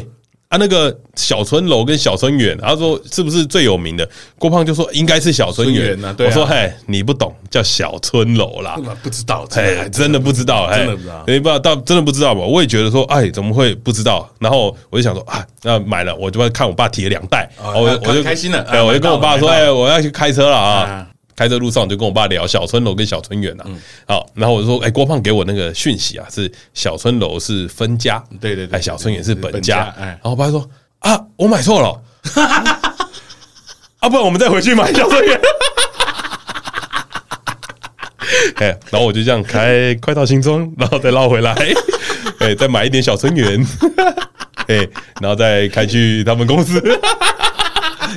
Speaker 1: 啊，那个小村楼跟小村园，他说是不是最有名的？郭胖就说应该是小村
Speaker 2: 村
Speaker 1: 园
Speaker 2: 园啊对啊
Speaker 1: 我说嘿，你不懂，叫小村楼啦。
Speaker 2: 不知道，
Speaker 1: 啊哎，真
Speaker 2: 的
Speaker 1: 的不知道，哎，
Speaker 2: 真的不知道
Speaker 1: 哎不知道，到真的不知道吧？我也觉得说，哎，怎么会不知道？然后我就想说啊，那买了，我就看我爸提了两袋，
Speaker 2: 哦
Speaker 1: 我
Speaker 2: 那
Speaker 1: 我就
Speaker 2: 开心了
Speaker 1: 对，
Speaker 2: 啊
Speaker 1: 我就跟我爸说，
Speaker 2: 买到了
Speaker 1: 哎，我要去开车了啊
Speaker 2: 啊。
Speaker 1: 开车路上我就跟我爸聊小村楼跟小村园啊，
Speaker 2: 嗯
Speaker 1: 好，然后我就说，哎，郭胖给我那个讯息啊，是小村楼是分家，
Speaker 2: 对对对
Speaker 1: 哎，小村园是本
Speaker 2: 本家
Speaker 1: 家，
Speaker 2: 哎
Speaker 1: 然后我爸说啊，我买错了， 啊，不然我们再回去买小村园。 哎，然后我就这样开，快到新庄，然后再绕回来， 哎，再买一点小春园， 哎，然后再开去他们公司。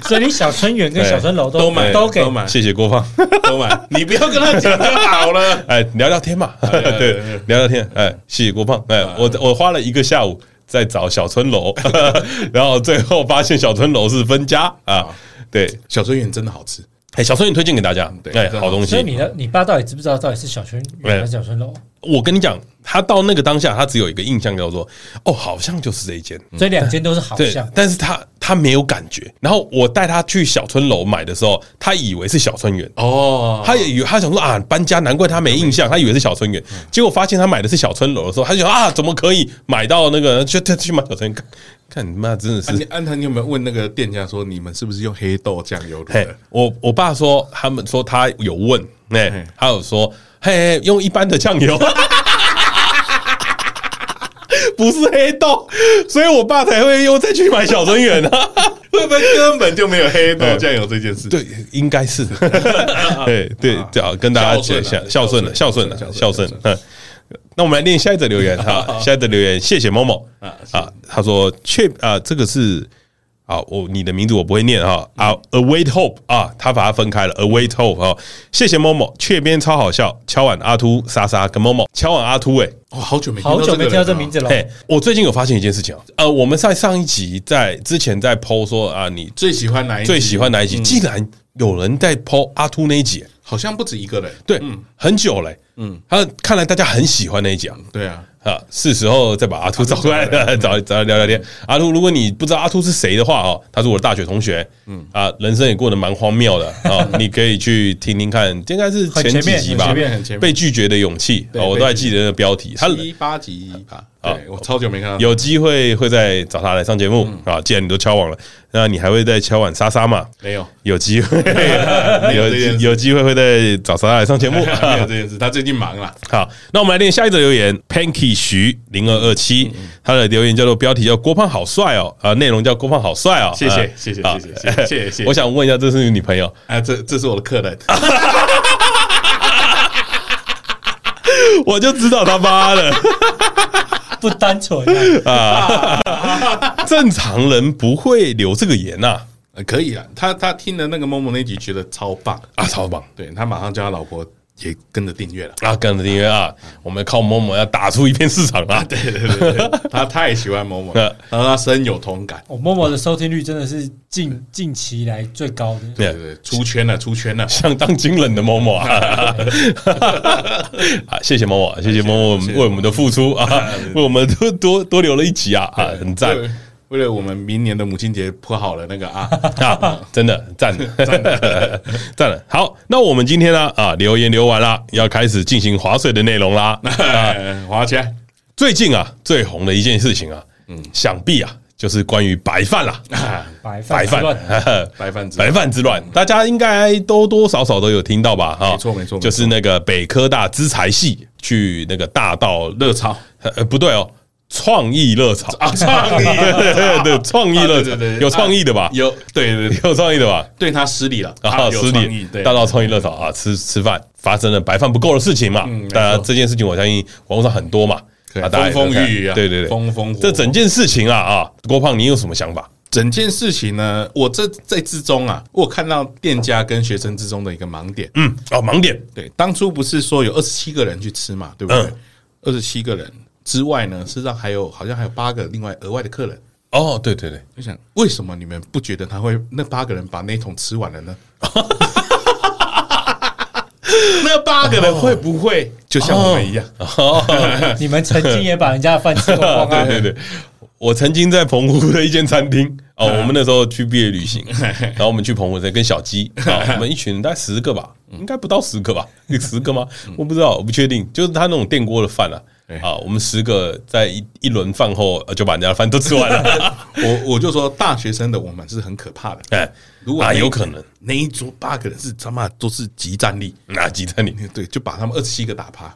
Speaker 3: 所以你小春
Speaker 1: 哎
Speaker 3: 园跟小春楼
Speaker 2: 都
Speaker 3: 都
Speaker 2: 买
Speaker 3: 都给
Speaker 2: 都买
Speaker 1: 谢谢郭胖，。
Speaker 2: 都买，你不要跟他讲就好了
Speaker 1: 哎，聊聊天嘛，
Speaker 2: 对
Speaker 1: 对
Speaker 2: 对，
Speaker 1: 聊聊天，哎，谢谢郭胖，哎，我我花了一个下午在找小春楼， 然后最后发现小春楼是分家啊，对，
Speaker 2: 小春园真的好吃，
Speaker 1: 哎，小春你推荐给大家，
Speaker 2: 对
Speaker 1: 哎，
Speaker 2: 真的
Speaker 1: 好东
Speaker 3: 所以
Speaker 1: 西。
Speaker 3: 你的你爸到底知不知道到底是小春
Speaker 1: 没有
Speaker 3: 园还是小春楼？
Speaker 1: 我跟你讲，他到那个当下，他只有一个印象叫做，哦，好像就是这一间，
Speaker 3: 所以两间都是
Speaker 1: 嗯
Speaker 3: 好
Speaker 1: 对
Speaker 3: 像，，
Speaker 1: 但是他他没有感觉。然后我带他去小春楼买的时候，他以为是小春园，
Speaker 2: 哦，
Speaker 1: 他也以为他想说啊，搬家难怪他没印象，他以为是小春园，
Speaker 2: 嗯
Speaker 1: 结果发现他买的是小春楼的时候，他就想啊，怎么可以买到那个就他去买小春园？看看你妈真
Speaker 2: 安
Speaker 1: 的
Speaker 2: 哎你
Speaker 1: 是，
Speaker 2: 安藤，你有没有问那个店家说你们是不是用黑豆酱油卤
Speaker 1: 嘿
Speaker 2: 的？，
Speaker 1: 我我爸说他们说他有问，哎
Speaker 2: 嘿，
Speaker 1: 他有说，嘿，用一般的酱油。 不是黑豆，所以我爸才会又再去买小春园啊。
Speaker 2: 会不会根本就没有黑豆酱油这件事？
Speaker 1: 对，应该 是的。对对，这样跟大家讲一下，啊
Speaker 2: 孝
Speaker 1: 孝顺
Speaker 2: 顺
Speaker 1: 了，
Speaker 2: 啊
Speaker 1: 孝顺了，孝
Speaker 2: 孝顺
Speaker 1: 顺。嗯，那我们来念下一则留言 哈，下一则留言，谢谢某某
Speaker 2: 啊
Speaker 1: 啊，他说确啊，这个是啊，我你的名字我不会念哈啊，await hope 啊，他把它分开了，await hope 哈，谢谢某某，雀边超好笑，敲碗阿秃莎莎跟某某敲碗阿秃哎，
Speaker 2: 哦，好久没
Speaker 3: 好久没听到这名
Speaker 2: 字，
Speaker 3: 字了。
Speaker 1: 嘿，我最近有发现一件事情啊，呃，我们在上一集在之前在 PO 说啊，你
Speaker 2: 最喜欢哪一集？
Speaker 1: 最喜欢哪一集？
Speaker 2: 嗯
Speaker 1: 竟然有人在 PO 阿秃那一集。
Speaker 2: 好像不止一个人。
Speaker 1: 对，很久嘞、嗯，他看来大家很喜欢那一集啊，
Speaker 2: 对啊，
Speaker 1: 啊，是时候再把阿秃找 出来了，找找他聊聊天。阿秃，如果你不知道阿秃是谁的话哦，他是我的大学同学，嗯啊，人生也过得蛮荒谬的 啊，你可以去听听看，应该是前几集吧
Speaker 2: 很前面很前面很前，面
Speaker 1: 被拒绝的勇气，
Speaker 2: 对
Speaker 1: 哦，我都还记得那个标题，他
Speaker 2: 一八集吧？
Speaker 1: 啊
Speaker 2: 对，我超久没看到。
Speaker 1: 有机会会再找他来上节目
Speaker 2: 嗯
Speaker 1: 啊，既然你都敲网了，那你还会再敲碗莎莎吗？
Speaker 2: 没有？
Speaker 1: 有 机会， 有
Speaker 2: 有这件事
Speaker 1: 有机会会再找莎莎来上节 目，
Speaker 2: 没有这件事，他最近忙了。
Speaker 1: 好，那我们来念下一则留言，Panky 徐零二二七，
Speaker 2: 嗯
Speaker 1: 他的留言叫做标题叫郭胖好帅哦，啊、内容叫郭胖好帅哦，
Speaker 2: 谢谢
Speaker 1: 呃
Speaker 2: 谢谢
Speaker 1: 啊
Speaker 2: 谢谢谢谢谢谢
Speaker 1: 我想问一下，这是你女 朋友？
Speaker 2: 哎，这这是我的客人，
Speaker 1: 我就知道他妈的
Speaker 3: 不单纯、
Speaker 1: 哎
Speaker 3: 啊，
Speaker 1: 正常人不会留这个言呐、啊，
Speaker 2: 呃可以啊。他他听了那个某某那集，觉得超棒，
Speaker 1: 啊超棒
Speaker 2: 对他马上叫他老婆也跟着订阅了。
Speaker 1: 啊！跟着订阅啊，我们靠某某要打出一片市场 啊！
Speaker 2: 对对对对，他太喜欢 某某
Speaker 1: 呃
Speaker 2: 了，然后他深有同感。
Speaker 3: 我默默的收听率真的是近 近期以来最高的。
Speaker 1: 对
Speaker 2: 对对，对出圈了，出圈了。
Speaker 1: 相当惊人的某某 啊！啊，谢谢某某，谢谢某某
Speaker 2: 谢谢
Speaker 1: 为我们的付出 啊，为我们多多多留了一集啊啊， 很赞。
Speaker 2: 为为了我们明年的母亲节铺好了那个 啊，
Speaker 1: 啊，真的 赞了，赞了。好，那我们今天呢啊，留言留完啦，要开始进行划水的内容啦。
Speaker 2: 哎花钱
Speaker 1: 最近啊，最红的一件事情啊，嗯，想必啊，就是关于白饭啦，
Speaker 2: 啊，
Speaker 3: 白 饭
Speaker 1: 白
Speaker 3: 之乱，
Speaker 1: 饭。
Speaker 2: 白饭之
Speaker 1: 白饭之乱，大家应该多多少少都有听到吧？哈，
Speaker 2: 没错没错没错
Speaker 1: 就是那个北科大资财系去那个大道
Speaker 2: 热炒
Speaker 1: 呃，不对哦，创意热潮，
Speaker 2: 啊，创意
Speaker 1: 对 对对对，创意热
Speaker 2: 啊对对
Speaker 1: 潮，
Speaker 2: 对
Speaker 1: 有创意的吧？
Speaker 2: 有对对对，
Speaker 1: 有创意的吧？
Speaker 2: 对他失礼了
Speaker 1: 啊，
Speaker 2: 有
Speaker 1: 失
Speaker 2: 创
Speaker 1: 礼
Speaker 2: 意对
Speaker 1: 大道创意热潮啊，吃吃饭发生了白饭不够的事情嘛
Speaker 2: 嗯没，错
Speaker 1: 当然这件事情我相信网络上很多嘛，
Speaker 2: 对
Speaker 1: 啊，大家也
Speaker 2: 风风雨雨啊
Speaker 1: 对对对，
Speaker 2: 风风火火
Speaker 1: 这整件事情啊啊，郭胖你有什么想法？
Speaker 2: 整件事情呢，我这在之中啊，我有看到店家跟学生之中的一个盲点。
Speaker 1: 嗯，哦，盲点，
Speaker 2: 对，当初不是说有二十七个人去吃嘛，对不对
Speaker 1: 嗯？
Speaker 2: 二十七个人之外呢，事实上还有好像还有八个另外额外的客人。
Speaker 1: 哦，对对对，
Speaker 2: 我想，为什么你们不觉得他会那八个人把那一桶吃完了 呢？那八个
Speaker 1: 哦
Speaker 2: 人会不会就像我们一样？
Speaker 3: 你们曾经也把人家的饭 吃光光 啊！
Speaker 1: 对对对，我曾经在澎湖的一间餐厅哦，
Speaker 2: 嗯
Speaker 1: 我们那时候去毕业 旅行，然后我们去澎湖在跟小鸡啊，我们一群人大概十个吧，
Speaker 2: 嗯
Speaker 1: 应该不到 十个吧，十个吗？我不知道，我不确定，就是他那种电锅的饭啊。
Speaker 2: 哎
Speaker 1: 啊，我们十个在一一轮饭后呃就把人家的饭都吃完了，
Speaker 2: 我我就说，大学生的我们是很可怕的。
Speaker 1: 哎，
Speaker 2: 如果
Speaker 1: 啊
Speaker 2: 那一
Speaker 1: 有可能，
Speaker 2: 那一桌八个人是他妈都是集战力，
Speaker 1: 哪集 在你？
Speaker 2: 对，就把他们二十七个打趴。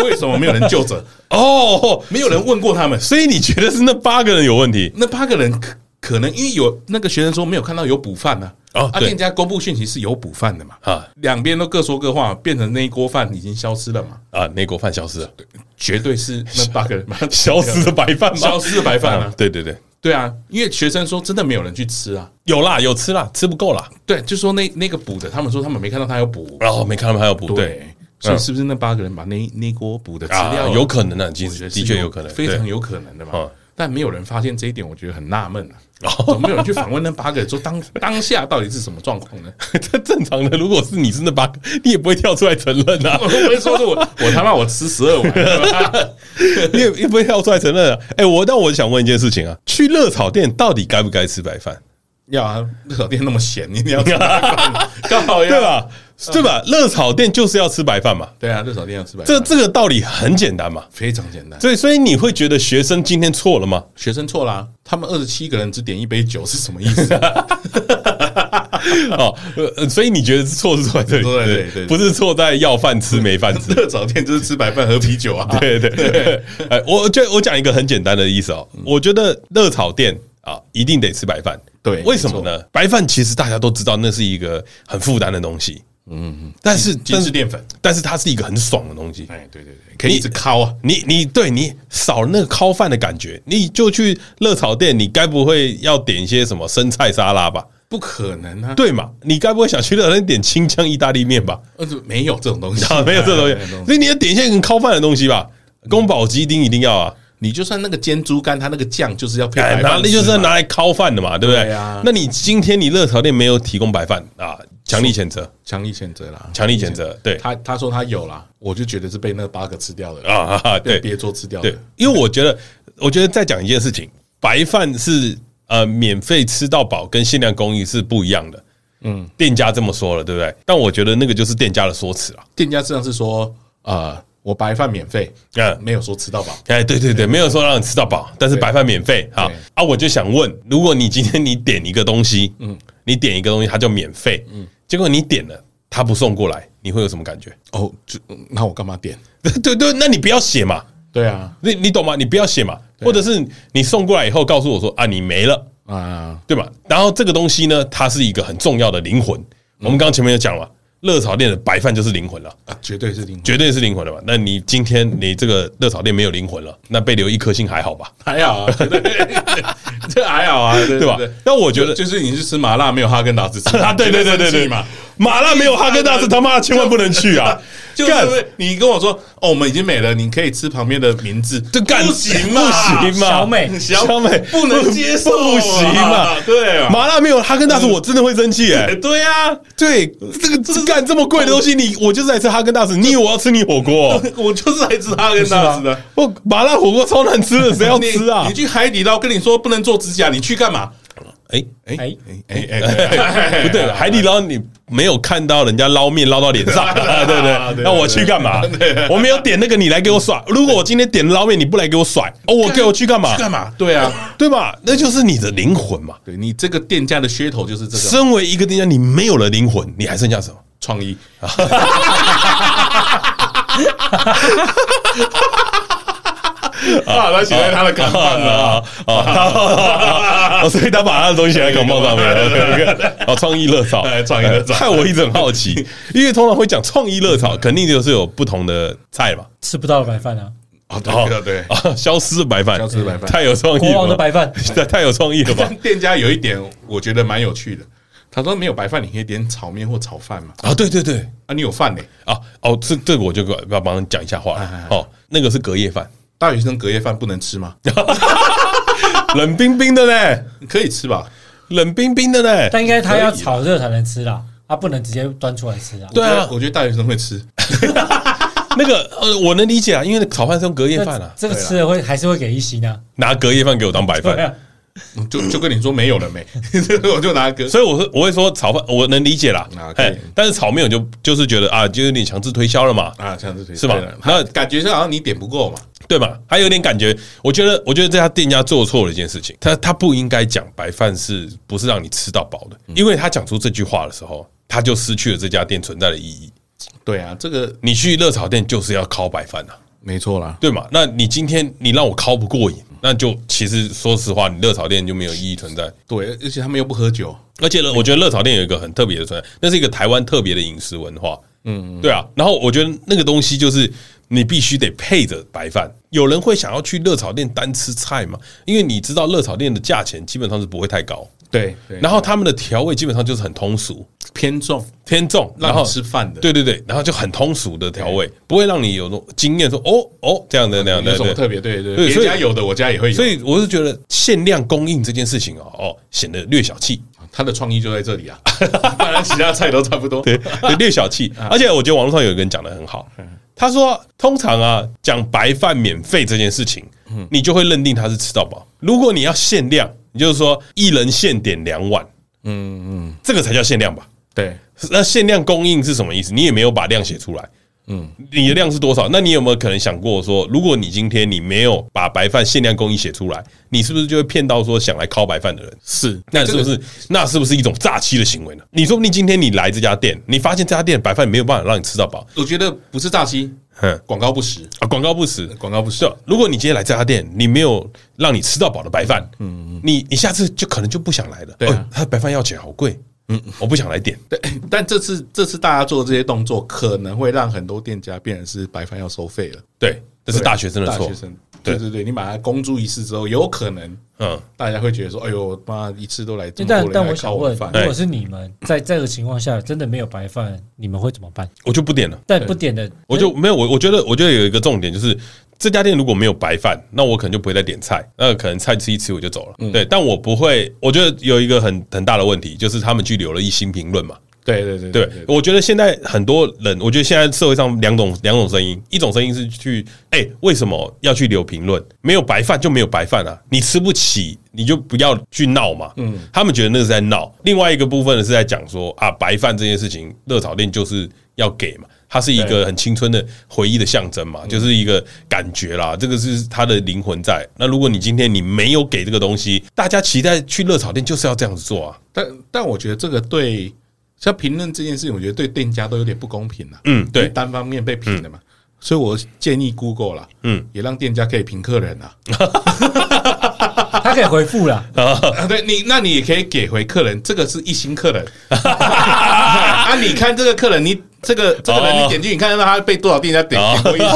Speaker 2: 为什么没有人救 责？
Speaker 1: 哦，
Speaker 2: 没有人问过他们。
Speaker 1: 所以你觉得是那八个人有问题？
Speaker 2: 那八个人可可能因为有那个学生说没有看到有补饭呢，
Speaker 1: 哦
Speaker 2: 啊，
Speaker 1: 对
Speaker 2: 店家公布讯息是有补饭的嘛，
Speaker 1: 啊
Speaker 2: 两边都各说各话，变成那一锅饭已经消失了嘛，
Speaker 1: 啊，那锅饭消失了，
Speaker 2: 绝对是那八个人嘛
Speaker 1: 消失的白饭吗？
Speaker 2: 消失的白饭
Speaker 1: 啊
Speaker 2: 啊，
Speaker 1: 对对对，
Speaker 2: 对啊，因为学生说真的没有人去吃啊，
Speaker 1: 有啦，有吃啦，吃不够啦，
Speaker 2: 对，就说那那个补的，他们说他们没看到他有补，
Speaker 1: 然后没看他们还有不对。，嗯
Speaker 2: 所以是不是那八个人把那那锅补的吃
Speaker 1: 啊
Speaker 2: 掉，了？
Speaker 1: 有可能啊，其
Speaker 2: 我觉
Speaker 1: 实
Speaker 2: 得
Speaker 1: 的
Speaker 2: 是
Speaker 1: 确有可能，
Speaker 2: 非
Speaker 1: 对
Speaker 2: 常有可能的嘛
Speaker 1: 嗯。
Speaker 2: 但没有人发现这一点，我觉得很纳闷啊，怎么没有
Speaker 1: 哦
Speaker 2: 人去访问那八个人，说当当下到底是什么状况呢？
Speaker 1: 这正常的，如果是你是那八个，你也不会跳出来承认啊
Speaker 2: 我，不会说是我，我他妈我吃十二碗对吧，
Speaker 1: 你也你也不会跳出来承认啊。哎、我但我想问一件事情啊，去热炒店到底该不该吃白饭？
Speaker 2: 要啊，热炒店那么咸，你要吃白饭干好
Speaker 1: 对
Speaker 2: 呀？嗯
Speaker 1: 吧？对吧？热炒店就是要吃白饭嘛，
Speaker 2: 对啊，热炒店要吃白
Speaker 1: 这
Speaker 2: 饭，
Speaker 1: 这个道理很简单嘛。
Speaker 2: 非常简单。
Speaker 1: 所以，所以你会觉得学生今天错 了吗？
Speaker 2: 学生错啦、他们二十七个人只点一杯酒是什么意思？
Speaker 1: 哦，呃呃，所以你觉得是错是错在这里，
Speaker 2: 对对对对
Speaker 1: 不是错在要饭吃没饭吃。
Speaker 2: 热炒店就是吃白饭喝啤酒啊。
Speaker 1: 对对对，哎，我就我讲一个很简单的意思哦，我觉得热炒店啊一定得吃白饭，
Speaker 2: 对
Speaker 1: 为什么呢？白饭其实大家都知道那是一个很负担的东西，嗯，但是
Speaker 2: 精致淀粉，
Speaker 1: 但是它是一个很爽的东西。
Speaker 2: 哎，对对对，可以一直敲啊。
Speaker 1: 你你对你少那个烤饭的感觉，你就去热炒店，你该不会要点一些什么生菜沙拉吧？
Speaker 2: 不可能啊！
Speaker 1: 对嘛？你该不会想去热炒店点清江意大利面 吧？
Speaker 2: 呃，没有这种东西
Speaker 1: 啊，， 没有这种东西，所以你要点一些很靠饭的东西吧，宫保鸡丁一定要啊，
Speaker 2: 你就算那个煎猪肝，它那个酱就是要配白
Speaker 1: 哎拿
Speaker 2: 饭吃嘛，
Speaker 1: 那就是要拿来靠饭的嘛，对不对
Speaker 2: 对啊？
Speaker 1: 那你今天你热炒店没有提供白饭啊，强力谴责，
Speaker 2: 强力谴责啦，
Speaker 1: 强力谴责，对
Speaker 2: 他他说他有啦，我就觉得是被那八个吃掉的啦，
Speaker 1: 啊啊，
Speaker 2: 被
Speaker 1: 对
Speaker 2: 别桌吃掉的
Speaker 1: 对。，因为我觉得，我觉得再讲一件事情，白饭是呃免费吃到饱，跟限量供应是不一样的。嗯，店家这么说了，对不对？但我觉得那个就是店家的说辞了。
Speaker 2: 店家实际上是说，呃，我白饭免费，
Speaker 1: 嗯，
Speaker 2: 没有说吃到饱。
Speaker 1: 哎，对对对，没有说让你吃到饱，但是白饭免费啊
Speaker 2: 对
Speaker 1: 啊！我就想问，如果你今天你点一个东西，嗯，你点一个东西，它叫免费，嗯，结果你点了，它不送过来，你会有什么感觉？
Speaker 2: 哦，就那我干嘛点？
Speaker 1: 对对对，那你不要写嘛，
Speaker 2: 对啊，
Speaker 1: 你你懂吗？你不要写嘛，或者是你送过来以后告诉我说啊，你没了，
Speaker 2: 啊，
Speaker 1: 对吧？然后这个东西呢，它是一个很重要的灵魂。我们刚刚前面有讲了嘛，热炒店的白饭就是灵魂了，
Speaker 2: 啊绝对是零，
Speaker 1: 绝对是灵魂了嘛。那你今天你这个热炒店没有灵魂了，那被留一颗星还好吧？
Speaker 2: 还好 啊，绝对这还好啊，对
Speaker 1: 对吧？那我觉得
Speaker 2: 就是你去吃麻辣没有哈根达斯吃
Speaker 1: 啊， 对对对
Speaker 2: 绝
Speaker 1: 对对
Speaker 2: 生气嘛。
Speaker 1: 麻辣没有哈根达斯，他妈的千万不能去啊！
Speaker 2: 就是
Speaker 1: 干
Speaker 2: 不是你跟我说哦，我们已经没了，你可以吃旁边的名字，
Speaker 1: 这干
Speaker 2: 不行嘛，
Speaker 1: 不行嘛，
Speaker 3: 小美
Speaker 1: 小美
Speaker 2: 不能接受啊，
Speaker 1: 不行嘛。
Speaker 2: 对啊，
Speaker 1: 麻辣没有哈根达斯，我真的会生气哎
Speaker 2: 哎！ 对啊，
Speaker 1: 对，这个这干这么贵的东西，你我就是来吃哈根达 斯，你以为我要吃你火锅 哦？
Speaker 2: 我就是来吃哈根达斯的，
Speaker 1: 不，麻辣火锅超难吃的，谁要吃啊
Speaker 2: 你？你去海底捞跟你说不能做指甲，你去干嘛？
Speaker 1: 哎，
Speaker 2: 哎
Speaker 3: 哎
Speaker 2: 哎哎哎，
Speaker 1: 不对了，海底捞你没有看到人家捞面捞到脸 上，啊对不
Speaker 2: 对
Speaker 1: 对？
Speaker 2: 对
Speaker 1: 那我去干嘛？我没有点那个，你来给我甩。如果我今天点捞面，你不来给我甩，哦，我给我去干嘛？
Speaker 2: 干嘛？对啊，
Speaker 1: 对吧？那就是你的灵魂嘛。
Speaker 2: 对你这个店家的噱头就是这个
Speaker 1: 身为一个店家，你没有了灵魂，你还剩下什么？
Speaker 2: 创 意，啊，他写在他的
Speaker 1: 哦
Speaker 2: 看板了啊。
Speaker 1: 啊，所以他把他的东西写在广告上面。OK，哦，创意热潮
Speaker 2: 哎，创意热炒
Speaker 1: 害我一直很好奇，因为通常会讲创意热潮，肯定就是有不同的菜嘛。
Speaker 3: 吃不到的白饭啊，
Speaker 2: 哦，
Speaker 1: 哦
Speaker 2: 对对对，
Speaker 1: 啊，消失的白饭，
Speaker 2: 消失的白饭
Speaker 1: 太 有啊创意了吧，
Speaker 3: 国王的白饭
Speaker 1: 太太有创意了吧
Speaker 2: 但？店家有一点我觉得蛮有趣的，他说没有白饭你可以点炒面或炒饭嘛，
Speaker 1: 啊，对对对，
Speaker 2: 啊，你有饭呢、
Speaker 1: 啊哦，这这个我就要帮你讲一下话了。哦，那个是隔夜饭，
Speaker 2: 大学生隔夜饭不能吃吗？
Speaker 1: 冷冰冰的嘞，
Speaker 2: 可以吃吧？
Speaker 1: 冷冰冰的嘞。
Speaker 3: 但应该它要
Speaker 2: 可以啦
Speaker 3: 炒热才能吃啦，它不能直接端出来吃啊。
Speaker 1: 对啊
Speaker 2: 我觉得我觉得大学生会吃，
Speaker 1: 那个呃，我能理解啊，因为炒饭是用隔夜
Speaker 3: 这
Speaker 1: 饭啊，
Speaker 3: 这个吃了会还是会给一星啊。
Speaker 1: 拿隔夜饭给我当白
Speaker 3: 对
Speaker 1: 饭，
Speaker 3: 啊，
Speaker 2: 就就跟你说没有了没， 我就拿个
Speaker 1: 所以我会我会说炒饭我能理解啦
Speaker 2: 啊，可以
Speaker 1: 哎，但是炒面我就就是觉得啊，就有点强制推销了嘛，
Speaker 2: 啊，像这
Speaker 1: 是吧那
Speaker 2: 那感觉是好像你点不够嘛，
Speaker 1: 对嘛，还有点感觉，我觉得我觉得这家店家做错了一件事情，他他不应该讲白饭是不是让你吃到饱的，
Speaker 2: 嗯
Speaker 1: 因为他讲出这句话的时候，他就失去了这家店存在的意义。
Speaker 2: 对啊，这个
Speaker 1: 你去热炒店就是要烤白饭啊，
Speaker 2: 没错啦，
Speaker 1: 对嘛？那你今天你让我烤不过瘾，那就其实说实话，你热炒店就没有意义存在。
Speaker 2: 对，而且他们又不喝酒，
Speaker 1: 而且呢，我觉得热炒店有一个很特别的存在，那是一个台湾特别的饮食文化。嗯，对啊。然后我觉得那个东西就是你必须得配着白饭。有人会想要去热炒店单吃菜吗？因为你知道热炒店的价钱基本上是不会太高，
Speaker 2: 对，对
Speaker 1: 然后他们的调味基本上就是很通俗
Speaker 2: 偏重，
Speaker 1: 偏重，然
Speaker 2: 让
Speaker 1: 后
Speaker 2: 你吃饭的，
Speaker 1: 对对对，然后就很通俗的调味，不会让你有那种惊艳说哦哦这样的那样
Speaker 2: 有
Speaker 1: 的。
Speaker 2: 什么
Speaker 1: 对
Speaker 2: 特别？对对，
Speaker 1: 对
Speaker 2: 别
Speaker 1: 所以
Speaker 2: 家有的，我家也会有。
Speaker 1: 所以我是觉得限量供应这件事情哦哦显得略小气，
Speaker 2: 他的创意就在这 里啊，不然其他菜都差不多。
Speaker 1: 对， 就略小气。而且我觉得网络上有一个人讲的很好，他说通常啊讲白饭免费这件事情，你就会认定他是吃到饱。如果你要限量，你就是说一人限点两碗，嗯嗯，这个才叫限量吧？
Speaker 2: 对，
Speaker 1: 那限量供应是什么意思？你也没有把量写出来。嗯，你的量是多少？那你有没有可能想过说，如果你今天你没有把白饭限量供应写出来，你是不是就会骗到说想来烤白饭的人？
Speaker 2: 是，
Speaker 1: 那是不是那是不是一种诈欺的行为呢？你说不定今天你来这家店，你发现这家店白饭没有办法让你吃到饱，
Speaker 2: 我觉得不是诈欺，
Speaker 1: 哼
Speaker 2: 广告不实，
Speaker 1: 啊，广告不实。哦
Speaker 2: 广告不实
Speaker 1: 是，，如果你今天来这家店，你没有让你吃到饱的白饭，嗯，你你下次就可能就不想来了。
Speaker 2: 对啊
Speaker 1: 哦他的白饭要钱好贵，嗯，我不想来点。
Speaker 2: 对。 但这次这次大家做这些动作，可能会让很多店家变成是白饭要收费了。
Speaker 1: 对，这是大学生的
Speaker 2: 大
Speaker 1: 错
Speaker 2: 学。生，
Speaker 1: 对
Speaker 2: 对对对，你把它公诸一室之后，有可能
Speaker 1: 嗯，
Speaker 2: 大家会觉得说：“哎呦，妈一次都来这么
Speaker 3: 哎但
Speaker 2: 多人
Speaker 3: 但
Speaker 2: 来
Speaker 3: 我
Speaker 2: 烤
Speaker 3: 想
Speaker 2: 我
Speaker 3: 问，
Speaker 2: 的饭。
Speaker 3: 如果是你们在这个情况下真的没有白饭，你们会怎么办？
Speaker 1: 我就不点了。
Speaker 3: 但不点的，
Speaker 1: 我就没有我，我觉得我觉得有一个重点就是，这家店如果没有白饭，那我可能就不会再点菜，那可能菜吃一吃我就走了。对，但我不会，我觉得有一个很很大的问题就是他们去留了一星评论嘛。”
Speaker 2: 对对对
Speaker 1: 对，我觉得现在很多人，我觉得现在社会上两种两种声音，一种声音是去，哎、为什么要去留评论？没有白饭就没有白饭啊，你吃不起你就不要去闹嘛。嗯，他们觉得那是在闹。另外一个部分呢是在讲说啊，白饭这件事情，热炒店就是要给嘛。它是一个很青春的回忆的象征嘛，就是一个感觉啦，这个是它的灵魂在。那如果你今天你没有给这个东西，大家期待去热炒店就是要这样子做啊。
Speaker 2: 但但我觉得这个对像评论这件事情，我觉得对店家都有点不公平了、
Speaker 1: 嗯，
Speaker 2: 因为
Speaker 1: 对，
Speaker 2: 单方面被评的嘛。所以我建议 Google 啦，
Speaker 1: 嗯
Speaker 2: 嗯，也让店家可以评客人啊。
Speaker 3: 他可以回复啦。
Speaker 2: 啊 对你，那你也可以给回客人，这个是一星 客人。啊，你看这个客人，你这个这个人，
Speaker 1: 哦
Speaker 2: 你点进去，你看到他被多少店家点点过一星，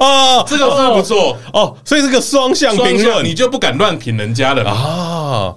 Speaker 1: 哦，
Speaker 2: 这个是不错。
Speaker 1: 哦，所以这个双向
Speaker 2: 双
Speaker 1: 评
Speaker 2: 向
Speaker 1: 论
Speaker 2: 你就不敢乱评人家了嘛。
Speaker 1: 啊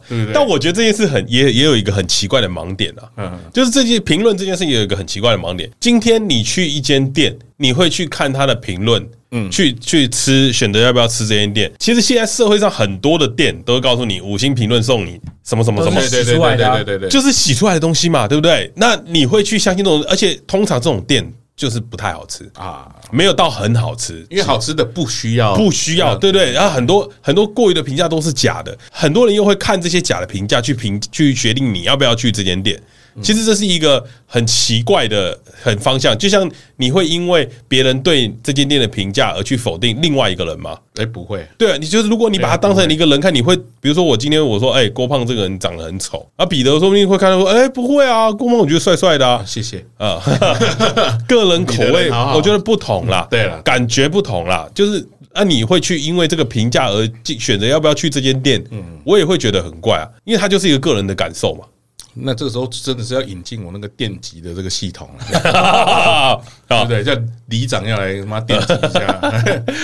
Speaker 2: 对不对，
Speaker 1: 但我觉得这件事很也也有一个很奇怪的盲点啊，
Speaker 2: 嗯，
Speaker 1: 就是这些评论这件事也有一个很奇怪的盲点。今天你去一间店，你会去看他的评论，嗯，去去吃选择要不要吃这间店。其实现在社会上很多的店都会告诉你五星评论送你什么什么什么
Speaker 3: 都
Speaker 2: 对对
Speaker 3: 是。
Speaker 2: 对
Speaker 3: 洗出
Speaker 2: 对
Speaker 3: 来的啊
Speaker 2: 对对对，
Speaker 1: 就是洗出来的东西嘛，对不对？那你会去相信这种，而且通常这种店就是不太好吃，
Speaker 2: 啊，
Speaker 1: 没有到很好吃，
Speaker 2: 因为好吃的不需要
Speaker 1: 不需要，对不对？然后很多很多过于的评价都是假的，很多人又会看这些假的评价去评去决定你要不要去这间店。
Speaker 2: 嗯
Speaker 1: 其实这是一个很奇怪的很方向，就像你会因为别人对这间店的评价而去否定另外一个人吗？
Speaker 2: 哎，不会，
Speaker 1: 对啊，你就是如果你把他当成一个人看，你会比如说我今天我说，哎、郭胖这个人长得很丑，啊，彼得说不定会看到说，哎、不会啊，郭胖我觉得帅帅的啊
Speaker 2: 啊，，谢谢。
Speaker 1: 啊， 个人口
Speaker 2: 你的
Speaker 1: 味
Speaker 2: 人好好
Speaker 1: 我觉得不同啦，
Speaker 2: 对了
Speaker 1: 感觉不同啦，就是那、啊你会去因为这个评价而进选择要不要去这间店，
Speaker 2: 嗯
Speaker 1: 我也会觉得很怪啊，因为它就是一个个人的感 受嘛。
Speaker 2: 那这个时候真的是要引进我那个电极的这个系统了，
Speaker 1: 啊，
Speaker 2: 对不对？叫里长要来他妈电击一 下，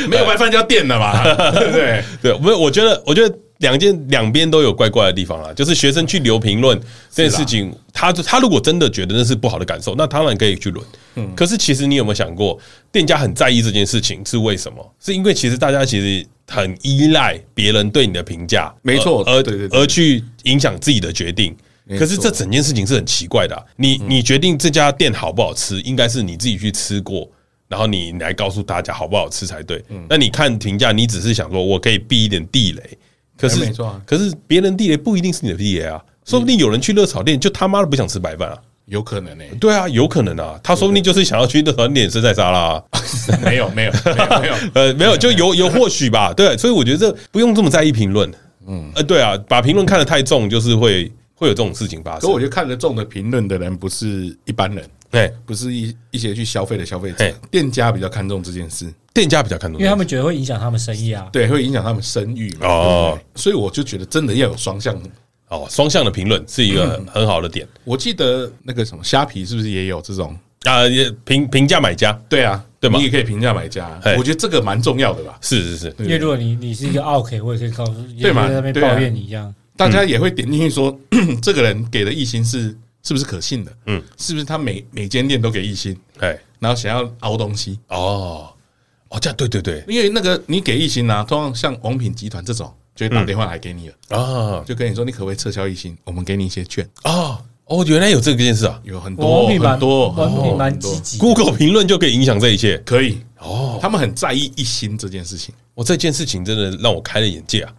Speaker 2: 没有白饭就要电了嘛，对不对？
Speaker 1: 对，不是，我觉得，我觉得两件两边都有怪怪的地方啦。就是学生去留评论这件事情，他他如果真的觉得那是不好的感受，那当然可以去轮。
Speaker 2: 嗯
Speaker 1: 可是其实你有没有想过，店家很在意这件事情是为什么？是因为其实大家其实很依赖别人对你的评价，
Speaker 2: 没错
Speaker 1: 而
Speaker 2: 对对对
Speaker 1: 而去影响自己的决定。
Speaker 2: 没
Speaker 1: 可是
Speaker 2: 错
Speaker 1: 这
Speaker 2: 嗯
Speaker 1: 整件事情是很奇怪的啊、你你决定这家店好不好吃，应该是你自己去吃过，然后你来告诉大家好不好吃才对。
Speaker 2: 嗯
Speaker 1: 那你看评价，你只是想说我可以避一点地雷，可是
Speaker 2: 哎没错啊嗯
Speaker 1: 可是别人地雷不一定是你的地雷啊，说不定有人去热炒店就他妈的不想吃白饭啊。
Speaker 2: 有可能欸呢、
Speaker 1: 对啊，有可能啊，他说不定就是想要去热炒店点生菜沙拉、啊。
Speaker 2: 没有没有没有没有，
Speaker 1: 呃，没有，就有有或许吧，对，所以我觉得这不用这么在意评论。嗯，呃，对啊，把评论看得太重，就是会会有这种事情 发
Speaker 2: 可
Speaker 1: 生
Speaker 2: 我。觉得看得中的评论的人不是一般人，
Speaker 1: 哎，
Speaker 2: 不是一一些去消费的消费者
Speaker 1: 嘿，
Speaker 2: 店家比较看重这件事，
Speaker 1: 店家比较看重这个，
Speaker 3: 因为他们觉得会影响他们生意啊。
Speaker 2: 对，会影响他们声誉嘛。
Speaker 1: 哦
Speaker 2: 哦，所以我就觉得真的要有双向。
Speaker 1: 哦，双向的评论是一个很
Speaker 3: 嗯
Speaker 1: 很好的点
Speaker 2: 我记得那个什么虾皮是不是也有这种？
Speaker 1: 啊，也评评价买家
Speaker 2: 对啊，
Speaker 1: 对嘛
Speaker 2: 你也可以评价买家
Speaker 1: 嘿，
Speaker 2: 我觉得这个蛮重要的吧。
Speaker 1: 是是是，
Speaker 3: 因为如果你你是一个 OK，我也可以告诉，也
Speaker 2: 对嘛
Speaker 3: 在那边
Speaker 2: 对啊
Speaker 3: 抱怨你一样。
Speaker 2: 大家也会点进去说， 这个人给的一星是是不是可信的？嗯，是不是他每每间店都给一星，
Speaker 1: 哎，
Speaker 2: 然后想要熬东西？
Speaker 1: 哦，哦，这样对对对
Speaker 2: 因为那个你给一星啊，通常像王品集团这种就会打电话来给你了，
Speaker 1: 啊
Speaker 2: 就跟你说你可不可以撤销一星，我们给你一些券，
Speaker 1: 啊哦，原来有这件事啊
Speaker 2: 有很多
Speaker 3: 王品蛮
Speaker 2: 很多，
Speaker 3: 王
Speaker 2: 很
Speaker 3: 品
Speaker 2: 多
Speaker 3: 蛮
Speaker 2: 很多
Speaker 3: 积极的，
Speaker 1: ，Google 评论就可以影响这一切
Speaker 2: 可以，
Speaker 1: 哦。
Speaker 2: 他们很在意一星这件事情。
Speaker 1: 我这件事情真的让我开了眼界啊，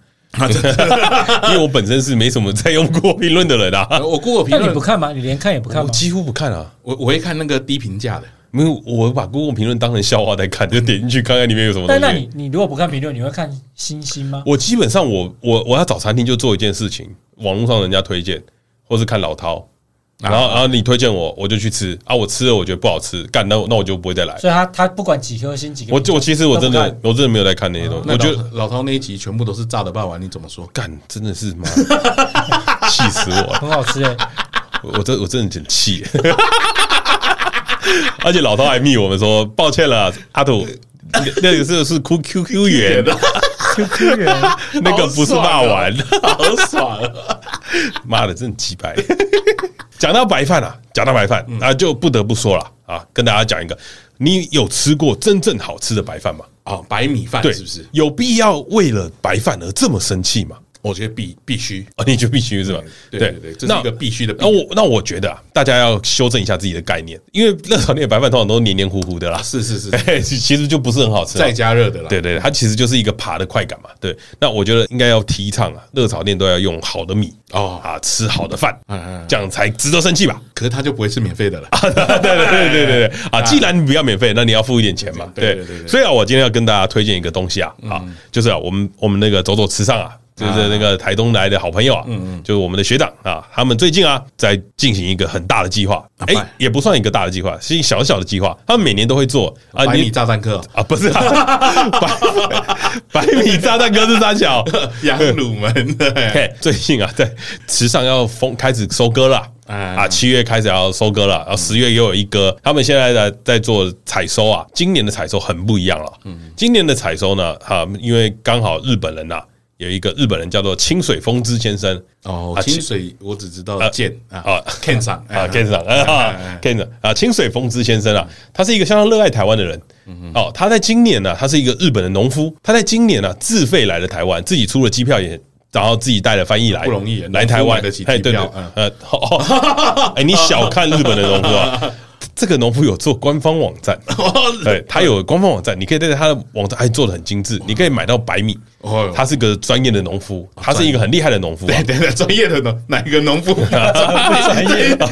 Speaker 1: 因为我本身是没什么在用 Google 评论的人啊，
Speaker 2: 我 Google 评
Speaker 3: 但你
Speaker 2: 论
Speaker 3: 不，看吗？你连看也不看
Speaker 1: 我
Speaker 3: 吗？
Speaker 1: 几乎不看啊，
Speaker 2: 我我会看那个低评价的，
Speaker 1: 没有，我把 Google 评论当成笑话在看，就点进去看看里面有什么
Speaker 3: 但那
Speaker 1: 东
Speaker 3: 你
Speaker 1: 西。
Speaker 3: 你如果不看评论，你会看星星吗？
Speaker 1: 我基本上我我我要找餐厅就做一件事情，网络上人家推荐，或是看老
Speaker 3: 啊
Speaker 1: 饕。然后，然后你推荐我，我就去吃啊！我吃了，我觉得不好吃，干那那我就不会再来。
Speaker 3: 所以他他不管几颗星几个
Speaker 1: 我我其实我真的
Speaker 3: 都不
Speaker 1: 我真的没有在看那些东西，
Speaker 2: 那
Speaker 1: 我觉得
Speaker 2: 老老涛那一集全部都是炸的霸王，你怎么说？
Speaker 1: 干真的 是妈，气死我了！
Speaker 3: 很好吃 哎、
Speaker 1: 我真我真的很气， 而且老涛还密我们说抱歉了，阿土，
Speaker 2: 呃
Speaker 1: 那那个是是 Q Q Q 员，
Speaker 3: q Q 人
Speaker 1: 那个不是霸王，
Speaker 2: 好爽啊！
Speaker 1: 妈的，真的鸡掰。讲到白饭啊，讲到白饭
Speaker 2: 嗯
Speaker 1: 啊，就不得不说了啊，跟大家讲一个，你有吃过真正好吃的白饭吗？
Speaker 2: 哦，白米饭
Speaker 1: 对，
Speaker 2: 是不是？
Speaker 1: 有必要为了白饭而这么生气吗？
Speaker 2: 我觉得必必须，
Speaker 1: 啊，你就必须是吧？
Speaker 2: 对对对，这是一个必须的
Speaker 1: 那
Speaker 2: 必。
Speaker 1: 我那我觉得啊，大家要修正一下自己的概念，因为热炒店的白饭通常都黏黏糊糊的啦，
Speaker 2: 是是是，
Speaker 1: 嘿 其其实就不是很好吃啊、
Speaker 2: 再加热的啦。
Speaker 1: 对对，对它其实就是一个爬的快感嘛。对，那我觉得应该要提倡啊，热炒店都要用好的米
Speaker 2: 哦
Speaker 1: 啊，吃好的饭
Speaker 2: 嗯嗯嗯，
Speaker 1: 这样才值得生气吧？
Speaker 2: 可是它就不会是免费的了。
Speaker 1: 对对对对对对啊！既然你不要免费，那你要付一点钱嘛。
Speaker 2: 哎对
Speaker 1: 对
Speaker 2: 对对嗯对
Speaker 1: 所以啊，我今天要跟大家推荐一个东西啊啊，就是啊，我们我们那个走走吃上啊。就是那个台东来的好朋友啊，
Speaker 2: 嗯
Speaker 1: 就是我们的学长啊，他们最近啊在进行一个很大的计划，哎
Speaker 2: 拜，
Speaker 1: 也不算一个大的计划，是一小小的计划。他们每年都会做啊，
Speaker 2: 百
Speaker 1: 你
Speaker 2: 米炸弹客，哦
Speaker 1: 啊，不是 啊，百百米炸弹哥是三小。
Speaker 2: 羊乳门的，
Speaker 1: 嘿，最近啊，在池上要封开始收割了。
Speaker 2: 哎
Speaker 1: 啊，七月开始要收割了，然后十月又有一割。他们现在在在做采收啊，今年的采收很不一样了。今年的采收呢，哈、因为刚好日本人呐、啊有一个日本人叫做清水丰之先生，
Speaker 2: 哦
Speaker 1: 啊，
Speaker 2: 清水我只知道
Speaker 1: 啊
Speaker 2: 剑啊
Speaker 1: 啊
Speaker 2: ，Ken 上
Speaker 1: 啊
Speaker 2: 上
Speaker 1: ，Ken 长啊
Speaker 2: 哎
Speaker 1: ，Ken 长啊，清水丰之先生啊，他是一个相当热爱台湾的人。
Speaker 2: 嗯
Speaker 1: 哦，他在今年呢、他是一个日本的农夫，他在今年呢、自费来了台湾，自己出了机票也。然后自己带了翻译来，
Speaker 2: 不容易
Speaker 1: 来台
Speaker 2: 农夫
Speaker 1: 湾
Speaker 2: 买得起
Speaker 1: 哎
Speaker 2: 机
Speaker 1: 对对
Speaker 2: 票嗯，
Speaker 1: 呃，哦哦哎，你小看日本的农夫啊！这个农夫有做官方网站，
Speaker 2: 哦
Speaker 1: 对他有官方网站，你可以在他的网站还哎做的很精致，你可以买到白米
Speaker 2: 哦。
Speaker 1: 他是个专业的农夫，他是一个很厉害的农夫啊
Speaker 2: 对。对对，专业的农哪一个农 夫？
Speaker 1: 专业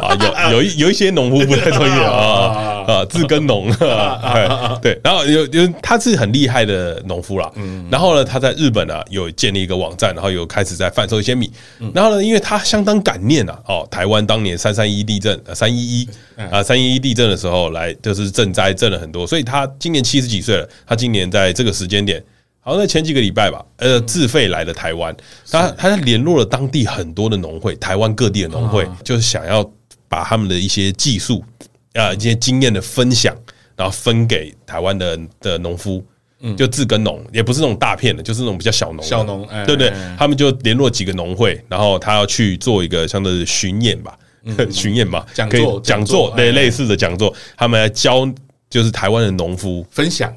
Speaker 1: 啊，有有一有一些农夫不太专业啊啊，自耕农哎对，然后有有他是很厉害的农夫啦，然后呢，他在日本啊有建立一个网站，然后有开始在贩售一些米，然后呢，因为他相当感念啊，哦，台湾当年三三一地震，三一一啊，三一一地震的时候来就是赈灾赈了很多，所以他今年七十几岁了，他今年在这个时间点。好像在前几个礼拜吧，呃，自费来了台湾，他他联络了当地很多的农会，台湾各地的农会，就是想要把他们的一些技术，啊，一些经验的分享，然后分给台湾的的农夫，就自耕农，也不是那种大片的，就是那种比较小农的，
Speaker 2: 嗯小农哎
Speaker 1: 对不对
Speaker 2: 哎哎？
Speaker 1: 他们就联络几个农会，然后他要去做一个像是巡演吧， 巡演嘛，
Speaker 2: 嗯讲
Speaker 1: 可以
Speaker 2: 座
Speaker 1: 讲
Speaker 2: 讲
Speaker 1: 座
Speaker 2: 座，
Speaker 1: 对
Speaker 2: 哎
Speaker 1: 类似的讲座，他们来教就是台湾的农夫
Speaker 2: 分享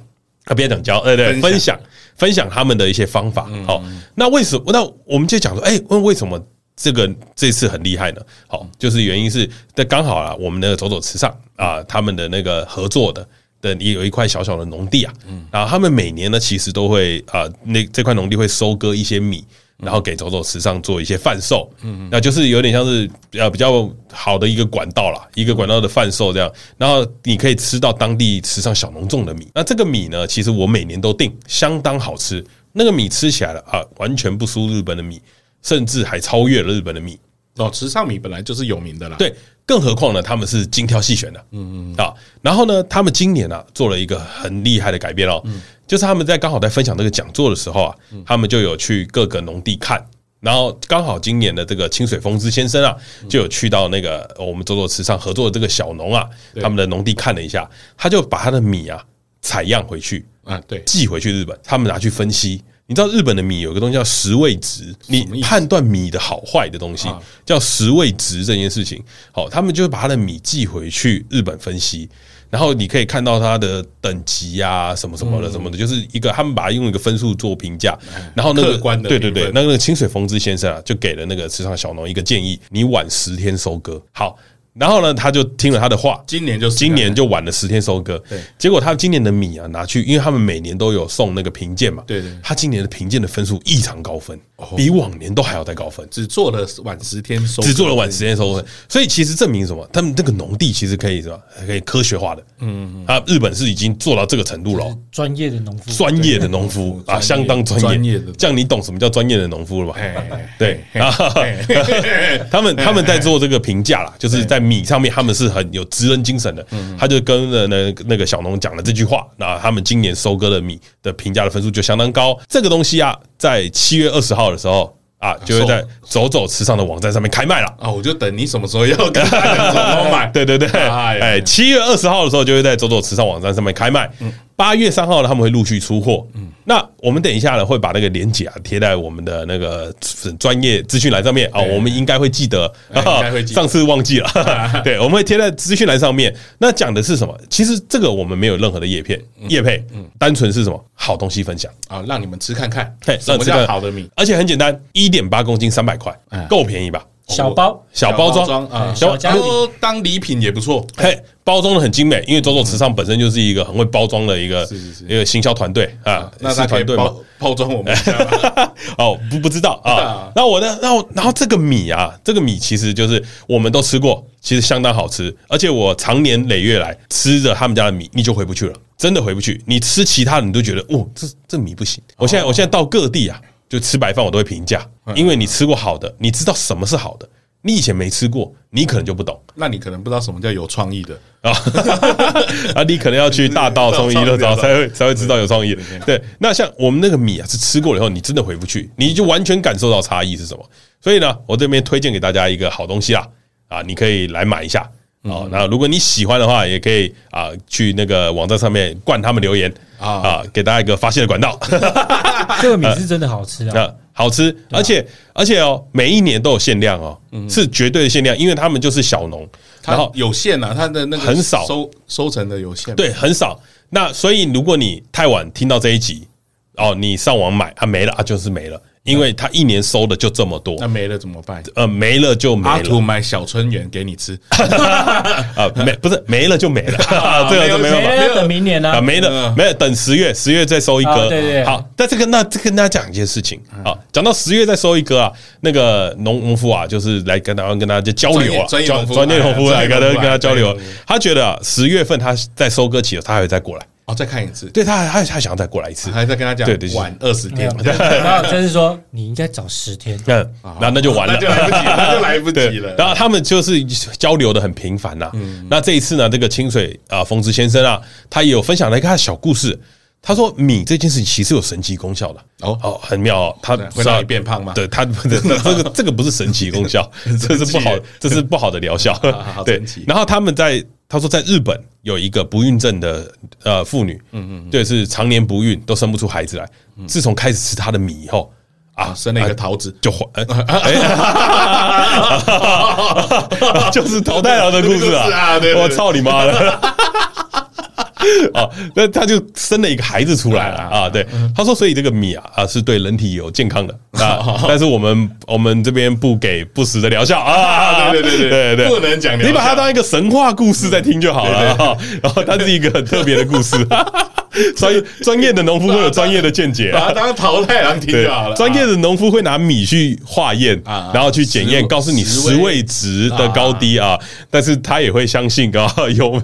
Speaker 1: 啊，不要讲教，对对，分
Speaker 2: 分
Speaker 1: 享嗯分享他们的一些方法。好，那为什么？那我们就讲说，哎，问为什么这个这次很厉害呢？好，就是原因是，那刚好啊，我们那个走走慈善啊，他们的那个合作的。的也有一块小小的农地啊，然后他们每年呢，其实都会啊，那这块农地会收割一些米，然后给走走时尚做一些贩售，嗯，那就是有点像是呃比较好的一个管道啦，一个管道的贩售这样，然后你可以吃到当地时尚小农种的米。那这个米呢，其实我每年都订，相当好吃。那个米吃起来了啊，完全不输日本的米，甚至还超越了日本的米。
Speaker 2: 哦，池上米本来就是有名的啦。
Speaker 1: 对，更何况呢，他们是精挑细选的，嗯嗯啊，然后呢，他们今年啊做了一个很厉害的改变哦，就是他们在刚好在分享这个讲座的时候啊，他们就有去各个农地看。然后刚好今年的这个清水丰之先生啊，就有去到那个呃我们周作池上合作的这个小农啊，他们的农地看了一下，他就把他的米啊采样回去，
Speaker 2: 啊，对，
Speaker 1: 寄回去日本，他们拿去分析，你知道日本的米有个东西叫十味值，
Speaker 2: 什么意
Speaker 1: 你
Speaker 2: 思
Speaker 1: 判断米的好坏的东西
Speaker 2: 啊
Speaker 1: 叫十味值这件事情。好，他们就把他的米寄回去日本分析，然后你可以看到它的等级啊，什么什么
Speaker 2: 嗯
Speaker 1: 的什么的，就是一个他们把它用一个分数做评价，然后那个
Speaker 2: 哎客观的
Speaker 1: 对对
Speaker 2: 评
Speaker 1: 对
Speaker 2: 分，
Speaker 1: 那个清水丰之先生啊，就给了那个池上小农一个建议，你晚十天收割。好，然后呢，他就听了他的话，
Speaker 2: 今年就是
Speaker 1: 今年就晚了十天收割
Speaker 2: 对。
Speaker 1: 结果他今年的米啊拿去，因为他们每年都有送那个评鉴嘛，
Speaker 2: 对哦对对
Speaker 1: 他今年的评鉴的分数异常高分，比往年都还要再高分。
Speaker 2: 只做了晚十天收，
Speaker 1: 只做了晚时间收割，所以其实证明什么？他们这个农地其实可以是吧？可以科学化的，嗯，啊，日本是已经做到这个程度了哦，
Speaker 3: 专业的 农夫，
Speaker 1: 专业的农夫
Speaker 2: 专
Speaker 1: 啊，
Speaker 2: 业
Speaker 1: 相当专业，
Speaker 2: 专业的
Speaker 1: 这样你懂什么叫专业的农夫了吧？
Speaker 2: 哎，
Speaker 1: 对啊， 他们他们在做这个评价啦，就是在米上面，他们是很有职人精神的。他就跟那那那个小农讲了这句话，那他们今年收割的米的评价的分数就相当高。这个东西啊，在七月二十号的时候啊，就会在走走池上的网站上面开卖了。
Speaker 2: 啊，我就等你什么时候要跟他讲什么 买，
Speaker 1: 对对对，
Speaker 2: 哎
Speaker 1: 哎，七月二十号的时候就会在走走慈善网站上面开卖，
Speaker 2: 嗯
Speaker 1: 八月三号呢他们会陆续出货。嗯，那我们等一下呢会把那个链接啊贴在我们的那个专业资讯栏上面啊，
Speaker 2: 哎
Speaker 1: 我们应该会记得，
Speaker 2: 哎应该会记得
Speaker 1: 上次忘记 了，对，我们会贴在资讯栏上面。那讲的是什么？其实这个我们没有任何的叶片
Speaker 2: 嗯
Speaker 1: 叶配，单纯是什么好东西分享。
Speaker 2: 啊，让你们吃看看
Speaker 1: 嘿，
Speaker 2: 什么
Speaker 1: 让
Speaker 2: 叫
Speaker 1: 这个
Speaker 2: 好的米？
Speaker 1: 而且很简单，一点八公斤三百块
Speaker 2: 哎，
Speaker 1: 够便宜吧？
Speaker 3: 小包
Speaker 1: 小包装
Speaker 2: 啊，
Speaker 3: 小
Speaker 2: 小
Speaker 3: 家里
Speaker 2: 包当礼品也不错，
Speaker 1: 嘿，包装的很精美，因为走走慈善本身就是一个很会包装的一个
Speaker 2: 是是是
Speaker 1: 一个行销团队啊，
Speaker 2: 那
Speaker 1: 是
Speaker 2: 他可以
Speaker 1: 团队吗？
Speaker 2: 包包装 我们一下吧
Speaker 1: 哦，不不知道啊
Speaker 2: 啊。
Speaker 1: 那我呢？那我然后这个米啊，这个米其实就是我们都吃过，其实相当好吃，而且我常年累月来吃着他们家的米，你就回不去了，真的回不去。你吃其他的，你都觉得哦，这这米不行。我
Speaker 2: 哦
Speaker 1: 现在我现在到各地啊，就吃白饭我都会评价，
Speaker 2: 嗯
Speaker 1: 因为你吃过好的，你知道什么是好的，你以前没吃过，你可能就不懂。
Speaker 2: 那你可能不知道什么叫有创意的，
Speaker 1: 啊，啊，你可能要去大道中一乐早才会才会知道有创意。对，那像我们那个米啊，是吃过了以后，你真的回不去，你就完全感受到差异是什么。所以呢，我这边推荐给大家一个好东西啦，啊，你可以来买一下。哦，那如果你喜欢的话，也可以啊，去那个网站上面灌他们留言
Speaker 2: 啊
Speaker 1: 啊，给大家一个发泄的管道。
Speaker 3: 这个米是真的好吃啊！
Speaker 1: 啊，好吃，而且而且哦，每一年都有限量哦，是绝对的限量，因为他们就是小农，然
Speaker 2: 它
Speaker 1: 后
Speaker 2: 有限啊，它的那个
Speaker 1: 很少
Speaker 2: 收收成的有限，，
Speaker 1: 对，很少。那所以如果你太晚听到这一集，哦，你上网买啊没了啊就是没了，因为他一年收的就这么多
Speaker 2: 那，没了怎么办？
Speaker 1: 呃，没了就没
Speaker 2: 阿图
Speaker 1: 了
Speaker 2: 买小春园给你吃，
Speaker 1: 啊，没不是没了就没了，
Speaker 2: 啊
Speaker 1: 这个就
Speaker 2: 没嗯
Speaker 1: 没
Speaker 2: 有
Speaker 1: 办
Speaker 3: 没
Speaker 1: 法。
Speaker 3: 了要等明年
Speaker 1: 啊，
Speaker 3: 啊，
Speaker 1: 没了，没了，等十月，十月再收一
Speaker 3: 啊
Speaker 1: 颗。
Speaker 3: 对对
Speaker 1: 好，但这个那这跟大家讲一件事情
Speaker 2: 嗯
Speaker 1: 啊，讲到十月再收一颗啊，那个农农夫啊，就是来跟大家跟大家交流啊，
Speaker 2: 专业专业
Speaker 1: 交
Speaker 2: 农夫
Speaker 1: 专
Speaker 2: 哎
Speaker 1: 业农夫
Speaker 2: 专
Speaker 1: 来
Speaker 2: 业
Speaker 1: 跟他
Speaker 2: 农夫
Speaker 1: 跟他
Speaker 2: 哎
Speaker 1: 交
Speaker 2: 专业
Speaker 1: 流
Speaker 2: 农夫，
Speaker 1: 他觉得啊十月份他在收割期了，他还会再过来，
Speaker 2: 哦，再看一次，
Speaker 1: 对他还他还想再过来一次，
Speaker 2: 还在跟他讲
Speaker 1: 对对就是
Speaker 2: 晚二十
Speaker 3: 没
Speaker 2: 天
Speaker 3: 有，，嗯 然后真是说你应该早十天，
Speaker 1: 嗯，那那就完了，
Speaker 2: 那就来不 及了，那就来不及
Speaker 1: 对，
Speaker 2: 了。嗯
Speaker 1: 然后他们就是交流的很频繁呐、那这一次呢，这个清水啊，冯之先生啊，他也有分享了一个他的小故事。他说米这件事情其实有神奇功效的
Speaker 2: 哦
Speaker 1: 哦，很妙哦，他
Speaker 2: 会让你变胖吗
Speaker 1: 对他 这个这个不是神奇 功效，这是不
Speaker 2: 神
Speaker 1: 好
Speaker 2: 奇耶，啊
Speaker 1: 这是不好的 疗效
Speaker 2: 好好。
Speaker 1: 对
Speaker 2: 神奇，
Speaker 1: 然后他们在他说在日本有一个不孕症的呃妇女，嗯嗯，对，是常年不孕都生不出孩子来，自从开始吃他的米以后啊
Speaker 2: 啊，，嗯生了一个桃子，
Speaker 1: 就换，哎哎 就是淘汰郎的故事
Speaker 2: 这个故事
Speaker 1: 啊！
Speaker 2: 啊对对对
Speaker 1: 我操你 妈的！啊，那他就生了一个孩子出来了
Speaker 2: 对啊
Speaker 1: 啊！对，他说，所以这个米啊啊是对人体有健 康的啊，但是我们我们这边不给不实的疗效啊！
Speaker 2: 啊对对对
Speaker 1: 对
Speaker 2: 对不
Speaker 1: 对，
Speaker 2: 能讲疗效
Speaker 1: 你把它当一个神话故事在听就好了啊。然后它是一个很特别的故事， 专业专业的农夫会有专业的见解，啊
Speaker 2: 把它当桃太郎听
Speaker 1: 对
Speaker 2: 就好了。
Speaker 1: 专业的农夫会拿米去化验
Speaker 2: 啊，
Speaker 1: 然后去检
Speaker 2: 十
Speaker 1: 验，
Speaker 2: 味
Speaker 1: 告诉你
Speaker 2: 十
Speaker 1: 十
Speaker 2: 味
Speaker 1: 味值的高低啊。但是他也会相信啊，有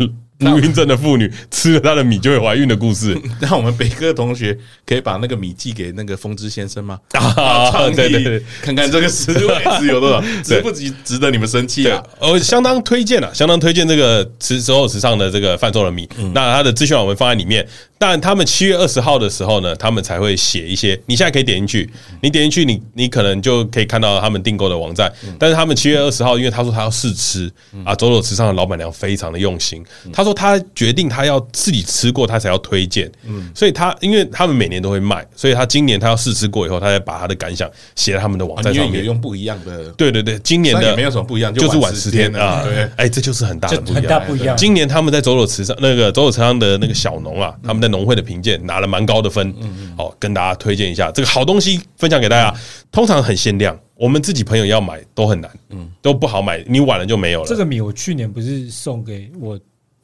Speaker 1: 不孕症的妇女吃了他的米就会怀孕的故 事
Speaker 2: 那我们北哥同学可以把那个米寄给那个风之先生吗？
Speaker 1: 啊
Speaker 2: 创意
Speaker 1: 对对对。
Speaker 2: 看看这个十位值有多 少，值不值值得你们生气
Speaker 1: 对
Speaker 2: 啊？，
Speaker 1: 我呃相当推荐啊，相当推荐这个时时候时尚的这个贩售的米。那它的资讯我们放在里面，但他们七月二十号的时候呢，他们才会写一些。你现在可以点进去，你点进去你，你可能就可以看到他们订购的网站。但是他们七月二十号，因为他说他要试吃啊，走走吃上的老板娘非常的用心。他说他决定他要自己吃过，他才要推荐。所以他因为他们每年都会卖，所以他今年他要试吃过以后，他才把他的感想写在他们的网
Speaker 2: 啊
Speaker 1: 站
Speaker 2: 因为
Speaker 1: 上
Speaker 2: 也
Speaker 1: 面。
Speaker 2: 用不一样的，
Speaker 1: 对对对，今年
Speaker 2: 虽然
Speaker 1: 的
Speaker 2: 也没有什么不一样，
Speaker 1: 就是晚
Speaker 2: 晚
Speaker 1: 十
Speaker 2: 天
Speaker 1: 天啊
Speaker 2: 对，。
Speaker 1: 哎，这就是很大的
Speaker 3: 就
Speaker 1: 不一
Speaker 3: 很大
Speaker 1: 样。
Speaker 3: 不一样。
Speaker 1: 今年他们在走走池上那个走走池上的那个小农
Speaker 2: 嗯
Speaker 1: 啊，他们在农会的评鉴拿了蛮高的分，好跟大家推荐一下这个好东西，分享给大
Speaker 2: 嗯
Speaker 1: 家。通常很限量，我们自己朋友要买都很难，
Speaker 2: 嗯
Speaker 1: 都不好买，你晚了就没有
Speaker 3: 这
Speaker 1: 了。
Speaker 3: 个米我去年不是送给我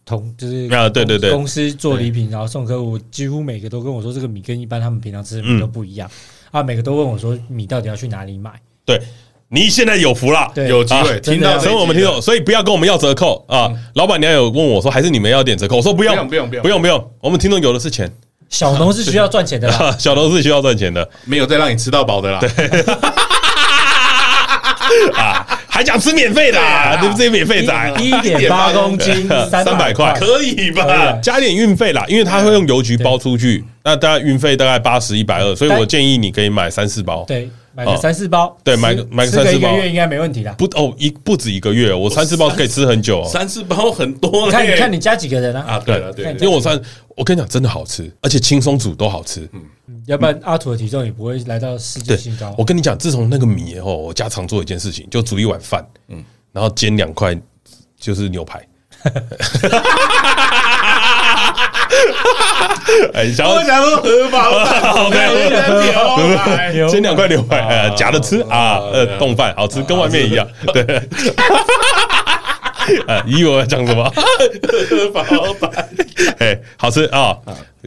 Speaker 3: 同就是
Speaker 1: 啊对对对
Speaker 3: 公司做礼品，然后送客户，我几乎每个都跟我说这个米跟一般他们平常吃的
Speaker 1: 嗯
Speaker 3: 米都不一样、啊，每个都问我说米到底要去哪里买？
Speaker 1: 对你现在有福了，
Speaker 3: 对
Speaker 2: 有机会
Speaker 1: 啊
Speaker 2: 听
Speaker 3: 真的
Speaker 2: 到
Speaker 3: 啊
Speaker 2: 这一集的，
Speaker 1: 所以我们听懂，所以不要跟我们要折扣啊！老板娘有问我说，还是你们要点折扣？我说不用，
Speaker 2: 嗯不用不用
Speaker 1: 不用，不用。我们听众有的是钱，
Speaker 3: 小农是需要赚钱的 啦，
Speaker 1: 小农是需要赚钱的。
Speaker 2: 没有再让你吃到饱的啦。
Speaker 1: 啊，还想吃免费的、啊，你们这些免费仔、
Speaker 3: 一点八公斤三
Speaker 1: 三百块
Speaker 3: 可
Speaker 1: 可以
Speaker 3: 可以啊
Speaker 1: 吧？加点运费啦，因为他会用邮局包出去，那大概运费大概八十一百二，所以
Speaker 3: 但
Speaker 1: 我建议你可以买三四包。
Speaker 3: 对，买个
Speaker 1: 哦
Speaker 3: 三四包，
Speaker 1: 对
Speaker 3: 吃
Speaker 1: 买个买个
Speaker 3: 吃
Speaker 1: 三
Speaker 3: 一
Speaker 1: 四包
Speaker 3: 个月应该没问题啦。
Speaker 1: 不哦，一不止一个月，我三四包可以吃很久、哦。
Speaker 2: 三四包很多
Speaker 3: 你
Speaker 2: 嘞，
Speaker 3: 看你看你家几个人啊？
Speaker 2: 啊，对了对了
Speaker 3: 看你
Speaker 1: 因为我三，我跟你讲，真的好吃，而且轻松煮都好吃。
Speaker 3: 要不然阿土的体重也不会来到世界
Speaker 1: 对
Speaker 3: 新高，
Speaker 1: 我。跟你讲，自从那个米后，我家常做一件事情，就煮一碗饭，嗯，然后煎两块就是牛排。哎，想要
Speaker 2: 我想说荷包 蛋，
Speaker 1: OK
Speaker 2: 我想说牛排
Speaker 3: 牛
Speaker 1: 煎两块牛排，呃，夹着吃啊，呃
Speaker 2: 对，啊
Speaker 1: 冻饭好吃，跟外面一样，
Speaker 3: 啊
Speaker 1: 对。 呃，以为我要讲什 么？
Speaker 2: 荷包蛋，
Speaker 1: 哎，好吃啊，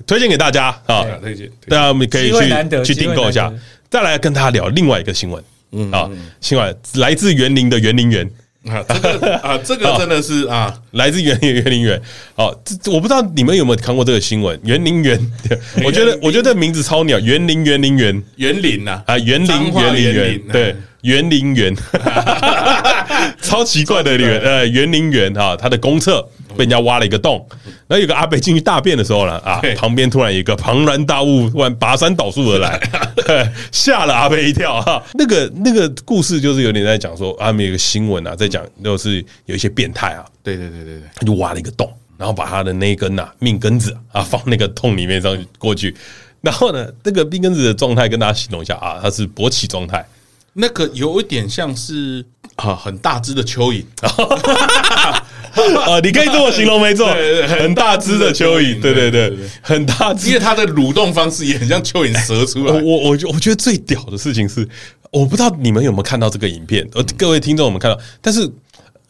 Speaker 1: 推荐给大家啊，
Speaker 2: 推荐推荐
Speaker 1: 那我们可以
Speaker 3: 机会难得
Speaker 1: 去去
Speaker 3: 机会
Speaker 1: 订购一下
Speaker 3: 难得。嗯
Speaker 1: 再来跟大家聊另外一个新闻，啊，新闻来自园林的园林园。
Speaker 2: 啊，这个啊，这个真的是啊，
Speaker 1: 来自园林园林园，哦，这这我不知道你们有没有看过这个新闻，园林园，我觉得我觉得名字超鸟，园林园林园
Speaker 2: 园林呐，
Speaker 1: 啊，园
Speaker 2: 彰
Speaker 1: 林
Speaker 2: 化
Speaker 1: 园林
Speaker 2: 园
Speaker 1: 园
Speaker 2: 林，哎
Speaker 1: 对，园林园， 超奇怪的园，呃，园林园哈，它的公厕
Speaker 2: 嗯
Speaker 1: 被人家挖了一个洞，然后有个阿北进去大便的时候呢，啊
Speaker 2: 对，
Speaker 1: 旁边突然有一个庞然大物突然拔山倒树 而来，吓了阿北一跳哈。那个那个故事就是有点在讲说，他们有一个新闻啊，在讲就是有一些变态啊，
Speaker 2: 对对对对对，
Speaker 1: 他就挖了一个洞，然后把他的那一根呐、命根子啊放那个洞里面上去过去。然后呢，那个命根子的状态跟大家形容一下啊，它是勃起状态，
Speaker 2: 那个有一点像是啊，很大只的蚯蚓，
Speaker 1: 呃，你可以这么形容没错
Speaker 2: 对对，对
Speaker 1: 很大只的蚯蚓，对
Speaker 2: 对
Speaker 1: 对对
Speaker 2: 对对，
Speaker 1: 很大
Speaker 2: 因
Speaker 1: 只
Speaker 2: 为。它的蠕动方式也很像蚯蚓蛇出
Speaker 1: 我
Speaker 2: 来。
Speaker 1: 呃我我我觉得最屌的事情是，我不知道你们有没有看到这个影片，
Speaker 2: 嗯
Speaker 1: 呃，各位听众有没有看到？但是。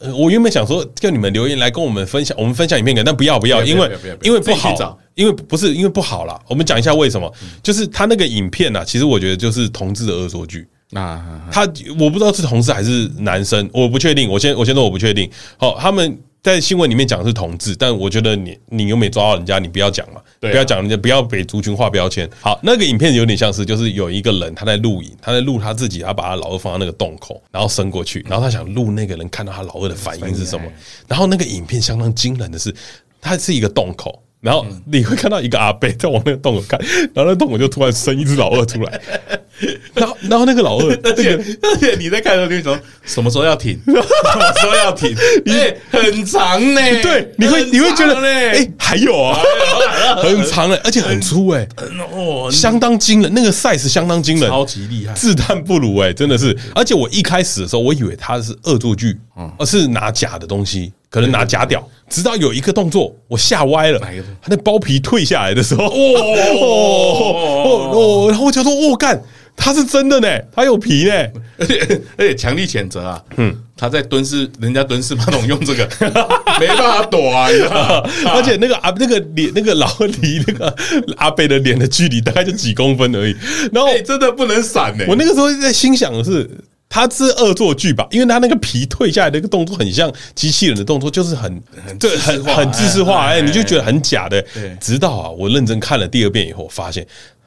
Speaker 1: 呃我原本想说叫你们留言来跟我们分享，我们分享影片给，但不要不要，
Speaker 2: 不要
Speaker 1: 因为
Speaker 2: 不要不要不要
Speaker 1: 因为不
Speaker 2: 自己去找嗯
Speaker 1: 好，因为不是因为不好啦。我们讲一下为什么，就是他那个影片啊，其实我觉得就是同志的恶作剧。
Speaker 2: 啊，
Speaker 1: 他我不知道是同事还是男生，我不确定。我先我先说我不确定。好，他们在新闻里面讲的是同志，但我觉得你你又没抓到人家，你不要讲嘛，
Speaker 2: 对啊
Speaker 1: 不要讲人家，不要给族群画标签。好，那个影片有点像是就是有一个人他在录影，他在录他自己，他把他老二放到那个洞口，然后伸过去，然后他想录那个人看到他老二的反应是什
Speaker 2: 反
Speaker 1: 么
Speaker 2: 应。
Speaker 1: 然后那个影片相当惊人的是，它是一个洞口。然后
Speaker 2: 嗯
Speaker 1: 你会看到一个阿伯在往那个洞口看，然后那洞口就突然伸一只老二出来，然后然后那个老二，
Speaker 2: 而且而且你在看的时候，你就想什么时候要 停，什么时候要停，哎，很长呢。
Speaker 1: 对，你会你会觉得，哎、
Speaker 2: 嘞，哎
Speaker 1: 还有啊，很长嘞、而且很粗哎、
Speaker 2: 哦，
Speaker 1: 相当惊人，那个 size 相当惊人，
Speaker 2: 超级厉害。
Speaker 1: 自叹不如哎、真的是。而且我一开始的时候，我以为他是恶作剧，
Speaker 2: 嗯
Speaker 1: 而是拿假的东西，可能拿假屌。直到有一个动作，我吓歪了
Speaker 2: 哪一个动作，
Speaker 1: 他那包皮退下来的时候，哦
Speaker 2: 哦
Speaker 1: 哦哦，然后我就说，哦干，他是真的呢，他有皮呢，
Speaker 2: 而且而且强力谴责啊！嗯，他在蹲式，人家蹲式马桶用这个， 没办法躲啊，你知道 吗？
Speaker 1: 而且那个阿那个脸那个老离那个阿贝的脸的距离大概就几公分而已。然后
Speaker 2: 哎，真的不能闪呢。
Speaker 1: 我那个时候在心想的是，他是恶作剧吧？因为他那个皮退下来的一个动作很像机器人的动作，就是很对很很自式化，
Speaker 2: 哎
Speaker 1: 哎，
Speaker 2: 哎
Speaker 1: 你就觉得很假的
Speaker 2: 对。
Speaker 1: 直到啊，我认真看了第二遍以后，我发现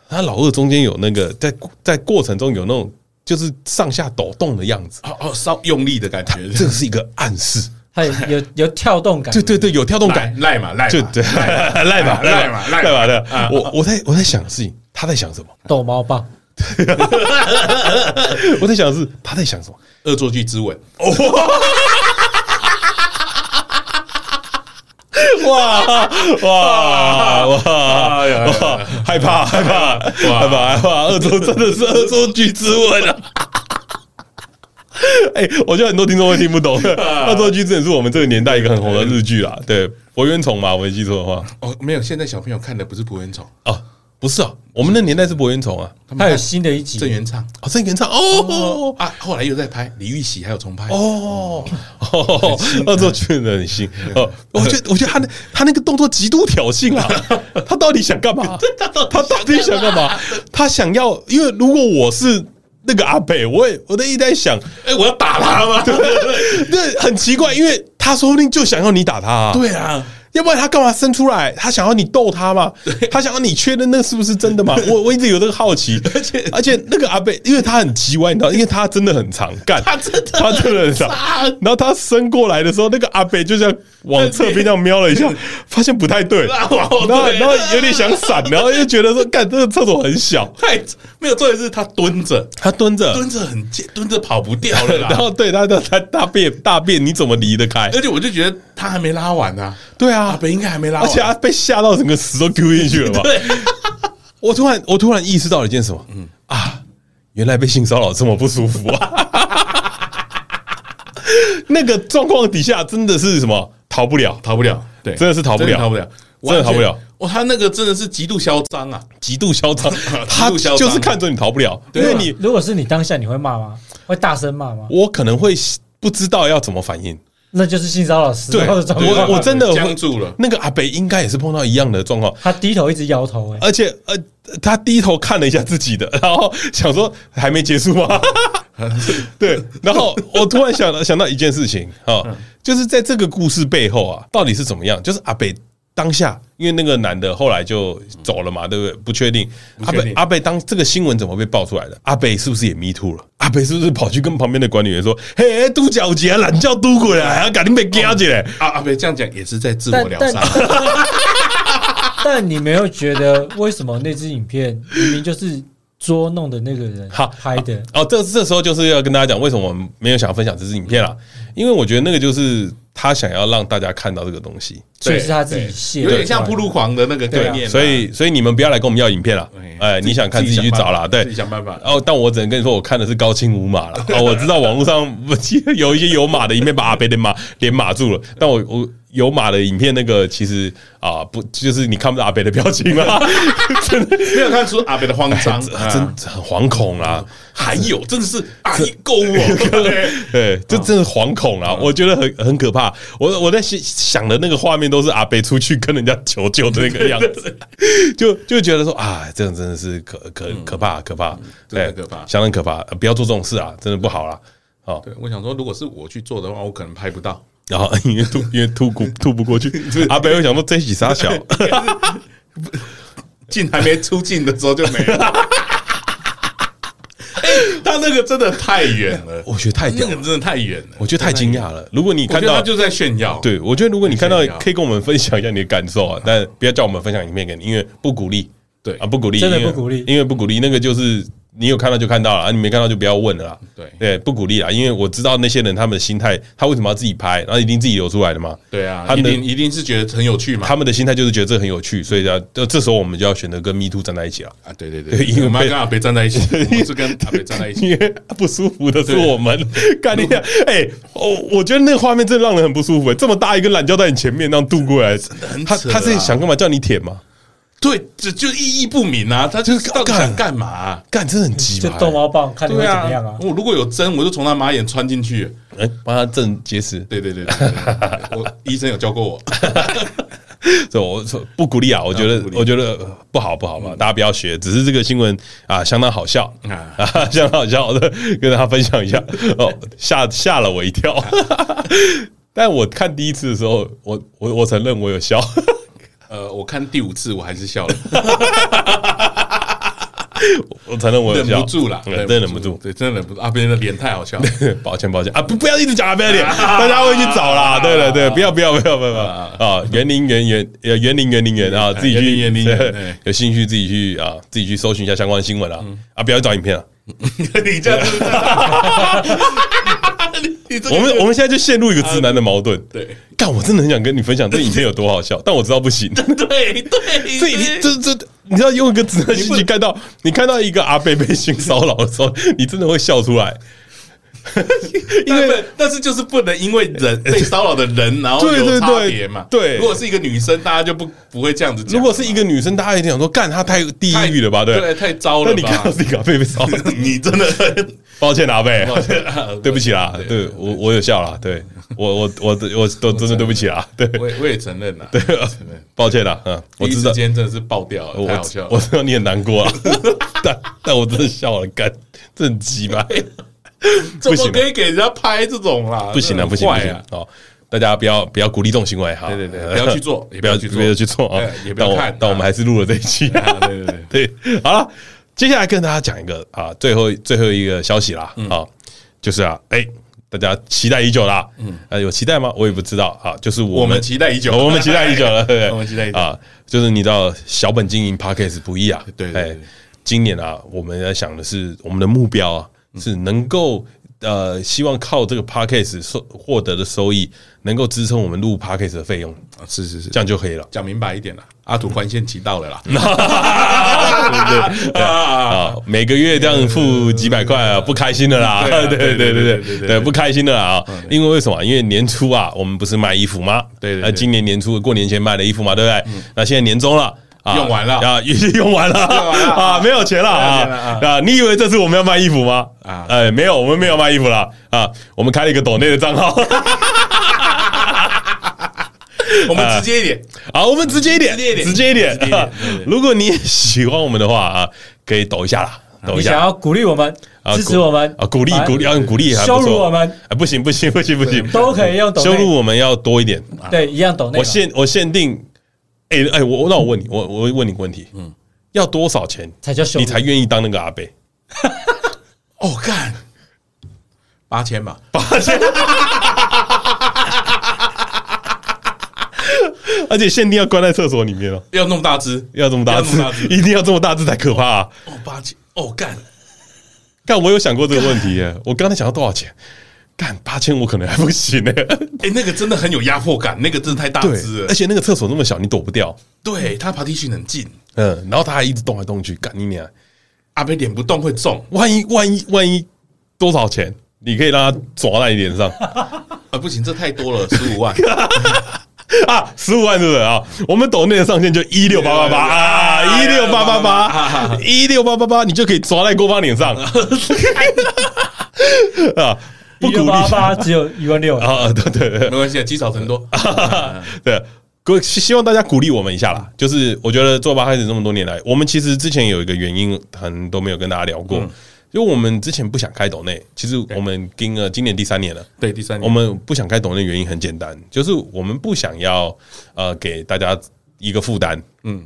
Speaker 1: 他老二中间有那个在在过程中有那种就是上下抖动的样子，
Speaker 2: 哦哦，稍用力的感觉，
Speaker 1: 这个是一个暗示。
Speaker 3: 它有有有跳动感，
Speaker 1: 对对对，有跳动感，
Speaker 2: 哎赖赖嘛赖
Speaker 1: 就
Speaker 2: 嘛
Speaker 1: 对，赖吧
Speaker 2: 赖
Speaker 1: 吧
Speaker 2: 嘛赖
Speaker 1: 赖吧
Speaker 2: 嘛
Speaker 1: 的
Speaker 2: 啊。
Speaker 1: 我我在我在想的事情，他在想什么？
Speaker 3: 逗猫棒，
Speaker 1: 我在想的是他在想什么？
Speaker 2: 恶作剧之吻，
Speaker 1: 哇哇哇！
Speaker 2: 哎呀，
Speaker 1: 哇，害怕害怕害怕害怕！恶作真的是恶作剧之吻啊！ 哎、我觉得很多听众会听不 懂，《恶作剧之吻》是我们这个年代一个很红的日剧啦。对，博元虫嘛，我没记错的话，
Speaker 2: 哦，没有，现在小朋友看的不是《博元虫
Speaker 1: 哦，不是哦，我们那年代是博元虫啊，》，
Speaker 3: 它有新的一集
Speaker 2: 郑元畅
Speaker 1: 哦，郑元畅哦
Speaker 2: 啊，后来又在拍李玉玺，还有重拍
Speaker 1: 哦哦，恶作剧的很新哦，我觉 得我觉得他那他那个动作极度挑衅 啊，他到底想干 嘛？他到底想干嘛？他想要，因为如果我是那个阿北，我也我的一直在 想，
Speaker 2: 哎、我要打他吗？
Speaker 1: 那很奇怪，因为他说不定就想要你打他、啊，，
Speaker 2: 对啊，
Speaker 1: 要不然他干嘛生出来？他想要你逗他嘛？他想要你确认那是不是真的嘛？我我一直有这个好奇， 而且而且那个阿贝，因为他很奇怪，你知道，因为他真的很常干，他真的他真的很常。
Speaker 2: 啊
Speaker 1: 然后他伸过来的时候，那个阿贝就这样往侧边这样瞄了一下，发现不太哦对，然
Speaker 2: 啊
Speaker 1: 后
Speaker 2: 往后退
Speaker 1: 然后有点想闪，然后又觉得说，干这个厕所很小，
Speaker 2: 太没有重点是他蹲着，
Speaker 1: 他蹲着，
Speaker 2: 蹲着很贱，蹲着跑不掉了啦。
Speaker 1: 然后对他他他大便大便你怎么离得开？
Speaker 2: 而且我就觉得他还没拉完呢、啊，
Speaker 1: 对啊，
Speaker 2: 阿北应该还没拉
Speaker 1: 而
Speaker 2: 完，
Speaker 1: 且他被吓到整个屎都丢进去了吧？
Speaker 2: 对，
Speaker 1: 我突然我突然意识到了一件什么，嗯啊，原来被性骚扰这么不舒服 啊！那个状况底下真的是什么逃不了，
Speaker 2: 逃不了，对，
Speaker 1: 真的是逃不了
Speaker 2: 真的逃不了，
Speaker 1: 真的逃不了
Speaker 2: 完全。哇，他那个真的是极度嚣张啊！
Speaker 1: 极度 嚣张，他
Speaker 2: 极度嚣张
Speaker 1: 就是看着你逃不了，
Speaker 2: 对
Speaker 1: 因
Speaker 2: 啊
Speaker 1: 为你
Speaker 3: 如果是你当下，你会骂吗？会大声骂吗？
Speaker 1: 我可能会不知道要怎么反应。
Speaker 3: 那就是性骚扰时
Speaker 1: 对
Speaker 3: 候的状况。
Speaker 1: 我我真的会
Speaker 2: 僵住了，
Speaker 1: 那个阿北应该也是碰到一样的状况，
Speaker 3: 他低头一直摇头、欸，哎，
Speaker 1: 而且呃，他低头看了一下自己的，然后想说还没结 束吗？对，然后我突然想到想到一件事情啊、
Speaker 2: 嗯
Speaker 1: 就是在这个故事背后啊，到底是怎么样？就是阿北当下，因为那个男的后来就走了嘛，对不对？不确定
Speaker 2: 嗯
Speaker 1: 阿
Speaker 2: 确
Speaker 1: 北
Speaker 2: 定
Speaker 1: 阿北当这个新闻怎么被爆出来的？阿北是不是也 me too 了？阿北是不是跑去跟旁边的管理员说：“嘿，都脚节啊懒觉都过来，还赶紧被夹起来。
Speaker 2: 啊，阿北这样讲也是在自我
Speaker 3: 但
Speaker 2: 疗
Speaker 3: 但
Speaker 2: 伤。啊
Speaker 3: 但你没有觉得为什么那支影片明明就是捉弄的那个人
Speaker 1: 好
Speaker 3: 拍的？
Speaker 1: 哦，这这时候就是要跟大家讲，为什么我们没有想要分享这支影片啦？
Speaker 2: 嗯
Speaker 1: 因为我觉得那个就是他想要让大家看到这个东西，
Speaker 3: 所以是他自己
Speaker 2: 对
Speaker 3: 卸
Speaker 2: 有
Speaker 3: 的
Speaker 2: 点像铺路狂的那个概念啊。
Speaker 1: 所以所以你们不要来跟我们要影片啦，哎，你想看自己去找啦，
Speaker 2: 自己想办法
Speaker 1: 对
Speaker 2: 自己。想办法。
Speaker 1: 哦，但我只能跟你说，我看的是高清无码了。哦，我知道网络上 我记得有一些有码的影片把阿北的码脸码住了，但我我有码的影片那个其实啊不就是你看不到阿北的表情啦， 真的
Speaker 2: 没有看出阿北的慌张，啊
Speaker 1: 真哎真很惶恐啊啦。
Speaker 2: 还有真的是阿姨够 我，
Speaker 1: 对，这真的惶恐
Speaker 2: 嗯
Speaker 1: 啊！我觉得很很可怕。我我在想想的那个画面都是阿北出去跟人家求救的那个样 子，就就觉得说啊，这样真的是可可可怕可怕，
Speaker 2: 嗯真的
Speaker 1: 对
Speaker 2: 可怕
Speaker 1: 相当可怕。呃不要做这种事啊，真的不好啦。哦，
Speaker 2: 对，我想说，如果是我去做的话，我可能拍不到。
Speaker 1: 然后因为吐因为 吐不吐不过去，阿北会想说这起啥小，
Speaker 2: 进还没出境的时候就没 了。 哎他那个真的太远了，
Speaker 1: 我觉得太
Speaker 2: 那
Speaker 1: 屌
Speaker 2: 个
Speaker 1: 了，
Speaker 2: 真的太远了。
Speaker 1: 我觉得太惊讶了。如果你
Speaker 2: 我觉
Speaker 1: 看
Speaker 2: 得他
Speaker 1: 到
Speaker 2: 就在炫耀，，
Speaker 1: 对，我觉得如果你看到
Speaker 2: 炫耀，
Speaker 1: 可以跟我们分享一下你的感受啊，但不要叫我们分享影片给你，因为不鼓励。
Speaker 2: 对
Speaker 1: 啊，不鼓励，
Speaker 3: 真的
Speaker 1: 因为
Speaker 3: 不鼓励
Speaker 1: 因为不鼓励那个就是你有看到就看到了，啊你没看到就不要问了啦。
Speaker 2: 对
Speaker 1: 对，不鼓励啦，因为我知道那些人他们的心态，他为什么要自己拍，然后一定自己流出来的嘛。
Speaker 2: 对啊，
Speaker 1: 他
Speaker 2: 一
Speaker 1: 们的
Speaker 2: 定一定是觉得很有趣嘛。
Speaker 1: 他们的心态就是觉得这很有趣，所以啊，这这时候我们就要选择跟 Me Too 站在一起了，
Speaker 2: 啊，对对
Speaker 1: 对
Speaker 2: 对，
Speaker 1: 因为
Speaker 2: 我们
Speaker 1: 被
Speaker 2: 要跟阿北站在一 起，我们是跟阿北站在一起。
Speaker 1: 因为不舒服的是我们。干你娘！ 哎，哦，我觉得那个画面真的让人很不舒服。哎这么大一个懒觉在你前面那样渡过来，
Speaker 2: 很
Speaker 1: 他
Speaker 2: 扯
Speaker 1: 他是
Speaker 2: 啊
Speaker 1: 想干嘛？叫你舔吗？
Speaker 2: 对，这就意义不明啊，他就是到底想干嘛啊、
Speaker 1: 干，真的很鸡
Speaker 3: 就
Speaker 1: 巴。欸
Speaker 3: 逗猫棒，看你会
Speaker 2: 对
Speaker 3: 怎
Speaker 2: 啊
Speaker 3: 么样啊，？
Speaker 2: 我如果有针，我就从他马眼穿进去。
Speaker 1: 哎，帮他正结实。
Speaker 2: 对对对对对对对我医生有教过我。
Speaker 1: 这我说不鼓励啊，我觉
Speaker 2: 啊
Speaker 1: 得
Speaker 2: 不鼓励嗯
Speaker 1: 我觉得呃不好不好嘛，大家不要学。只是这个新闻啊，相当好笑
Speaker 2: 啊
Speaker 1: 啊，相当好笑的，跟大家分享一 下哦，吓吓了我一跳。 但我看第一次的时候，我我我承认我有笑，
Speaker 2: 呃，我看第五次我还是笑了，
Speaker 1: 我承认我有
Speaker 2: 忍
Speaker 1: 笑
Speaker 2: 不住啦，
Speaker 1: 嗯真的忍不住。
Speaker 2: 对，真的忍不住。阿边的脸太好笑了，
Speaker 1: 抱歉，抱歉啊！不，不要一直讲阿贝
Speaker 2: 啊
Speaker 1: 脸，大家会去找啦。对了，对，不要，不要，不要，不要不要啊！园林园园呃园林园林园啊，自己去
Speaker 2: 园林园林嗯园对
Speaker 1: 有兴趣自己去啊，自己去搜寻一下相关新闻啊啊！不要找影片了，
Speaker 2: 你这样 子， 你这个
Speaker 1: 我们我们现在就陷入一个直男的矛盾。
Speaker 2: 对
Speaker 1: 干，我真的很想跟你分享这影片有多好笑，但我知道 不行。
Speaker 2: 对对，
Speaker 1: 这你这这，你知道用一个直男心情看到你看到一个阿贝被性骚扰的时候，你真的会笑出来。
Speaker 2: 因为但是就是不能因为人被骚扰的人，然后
Speaker 1: 对对
Speaker 2: 有
Speaker 1: 对
Speaker 2: 差别嘛。
Speaker 1: 对
Speaker 2: 如果是一个女生，大家就不不会这样子讲。
Speaker 1: 如果是一个女生，大家一定想说，干她太地
Speaker 2: 太
Speaker 1: 狱了吧？对。
Speaker 2: 对，太糟
Speaker 1: 那
Speaker 2: 了
Speaker 1: 你看到
Speaker 2: 吧？
Speaker 1: 自己阿贝被骚扰，
Speaker 2: 你真的很
Speaker 1: 抱歉啦，阿贝，
Speaker 2: 抱歉啊
Speaker 1: 对不起啦，对我我有笑啦，对我我我我都真的对不起啦，对
Speaker 2: 我也我也承认啦，
Speaker 1: 对，
Speaker 2: 承认。
Speaker 1: 抱歉啦，嗯，我
Speaker 2: 第一
Speaker 1: 知
Speaker 2: 时
Speaker 1: 道，
Speaker 2: 间真的是爆掉了，
Speaker 1: 呃我
Speaker 2: 太好笑
Speaker 1: 我
Speaker 2: 了。
Speaker 1: 知道你很难过啊， 但但我真的笑了，干，这很鸡巴，
Speaker 2: 怎
Speaker 1: 不
Speaker 2: 么
Speaker 1: 行啊
Speaker 2: 可以给人家拍这种啦？
Speaker 1: 不行
Speaker 2: 真
Speaker 1: 啊，
Speaker 2: 的很
Speaker 1: 不行不
Speaker 2: 坏
Speaker 1: 行
Speaker 2: 啊，
Speaker 1: 哦。大家不要不要鼓励这种行为哈，
Speaker 2: 对对对不要去 做也
Speaker 1: 不
Speaker 2: 不要
Speaker 1: 要
Speaker 2: 去做
Speaker 1: 不要去做啊
Speaker 2: 对！也不要
Speaker 1: 但我
Speaker 2: 看
Speaker 1: 但我们还是录了这一期，
Speaker 2: 啊对对对，
Speaker 1: 对，好了，接下来跟大家讲一个啊，最后最后一个消息啦，
Speaker 2: 嗯
Speaker 1: 啊，就是啊，哎，大家期待已久啦，嗯，啊，有期待吗？我也不知道啊，就是我
Speaker 2: 我
Speaker 1: 们哦
Speaker 2: 们期待已久，
Speaker 1: 我们期待已久 了，对不对？
Speaker 2: 我们期待已久
Speaker 1: 啊，就是你知道小本经营 p a c k a g e 不易啊，
Speaker 2: 对对对对
Speaker 1: 今年啊，我们在想的是我们的目标啊，
Speaker 2: 嗯
Speaker 1: 是能够。呃，希望靠这个 p a c k a g e 收获得的收益，能够支撑我们录 p a c k a g e 的费用，
Speaker 2: 啊是是是
Speaker 1: 这，样就可以了。
Speaker 2: 讲明白一点啦，阿土宽限期到 了啦。
Speaker 1: 对啊，每个月这样付几百块啊，不开心的啦。
Speaker 2: 对啊
Speaker 1: 对对
Speaker 2: 对对
Speaker 1: 对对
Speaker 2: 对
Speaker 1: 对
Speaker 2: 对
Speaker 1: 对，
Speaker 2: 对
Speaker 1: 不开心的啦啊。因为为什么？因为年初啊，我们不是卖衣服吗？
Speaker 2: 对对对嗯
Speaker 1: 那今年年初过年前买的衣服嘛，对不对？那现在年终了。啊
Speaker 2: 用完了
Speaker 1: 啊，已经 用完了
Speaker 2: 完了
Speaker 1: 啊，没有钱了
Speaker 2: 没有
Speaker 1: 啊
Speaker 2: 钱了啊
Speaker 1: 啊！你以为这次我们要卖衣服吗？啊
Speaker 2: 啊，
Speaker 1: 哎，没有，我们没有卖衣服啦啊，我们开了一个抖内的 账号
Speaker 2: 我们直接一点，
Speaker 1: 啊，我们直接一点，
Speaker 2: 直接一点
Speaker 1: 直接一点啊
Speaker 2: 直接一点对对。
Speaker 1: 如果你也喜欢我们的话啊，可以抖一下啦，抖
Speaker 3: 你
Speaker 1: 一下
Speaker 3: 想。要鼓励我们
Speaker 1: 啊、、
Speaker 3: 支持我们
Speaker 1: 啊，鼓励
Speaker 3: 反
Speaker 1: 鼓励，要鼓励，还不
Speaker 3: 羞
Speaker 1: 错
Speaker 3: 辱我们
Speaker 1: 啊，不行不行不行不行，
Speaker 3: 都可以用抖内
Speaker 1: 羞辱我们要多一点。
Speaker 3: 对一样抖内啊
Speaker 1: 我
Speaker 3: 嘛。
Speaker 1: 限我限定，哎、哎、我那我问你，我我问你个问题，嗯，要多少钱
Speaker 3: 才叫羞辱
Speaker 1: 你才愿意当那个阿贝？
Speaker 2: 哦，干八千吧，
Speaker 1: 而且限定要关在厕所里面哦，
Speaker 2: 要那么大只，
Speaker 1: 要这么大
Speaker 2: 要那么大
Speaker 1: 只，
Speaker 2: 只
Speaker 1: 一定要这么大只才可怕、啊。
Speaker 2: 哦，八千，哦，干，
Speaker 1: 干，我有想过这个问题耶，我刚才想到多少钱？干八千，我可能还不行呢。
Speaker 2: 哎，那个真的很有压迫感，那个真的太大
Speaker 1: 对
Speaker 2: 只，了
Speaker 1: 而。且那个厕所那么小，你躲不掉。
Speaker 2: 对他爬梯训很近，
Speaker 1: 嗯，然后他还一直动来动去，干你娘！
Speaker 2: 阿贝脸不动会中，
Speaker 1: 万一万一万一多少钱？你可以让他抓在你脸上
Speaker 2: 啊，不行，这太多了，十五万，
Speaker 1: 啊！十五万是不是啊？我们抖内的上限就一六八八 八
Speaker 3: 哎
Speaker 1: 啊，一六八八八， 一六八八八，你就可以抓在郭芳脸上 啊！不鼓励
Speaker 3: 八八只有一万六，
Speaker 1: 啊！对对对，
Speaker 2: 没关系，积少成多，
Speaker 1: 对，各位希希望大家鼓励我们一下啦。就是我觉得做吧开始这么多年来，我们其实之前有一个原因，可能都没有跟大家聊
Speaker 3: 嗯
Speaker 1: 过，因为我们之前不想开抖内，其实我们跟了今年第三年了。
Speaker 2: 对，第三
Speaker 1: 我
Speaker 2: 年，
Speaker 1: 们不想开抖内原因很简单，就是我们不想要呃给大家一个负担。嗯
Speaker 2: 嗯，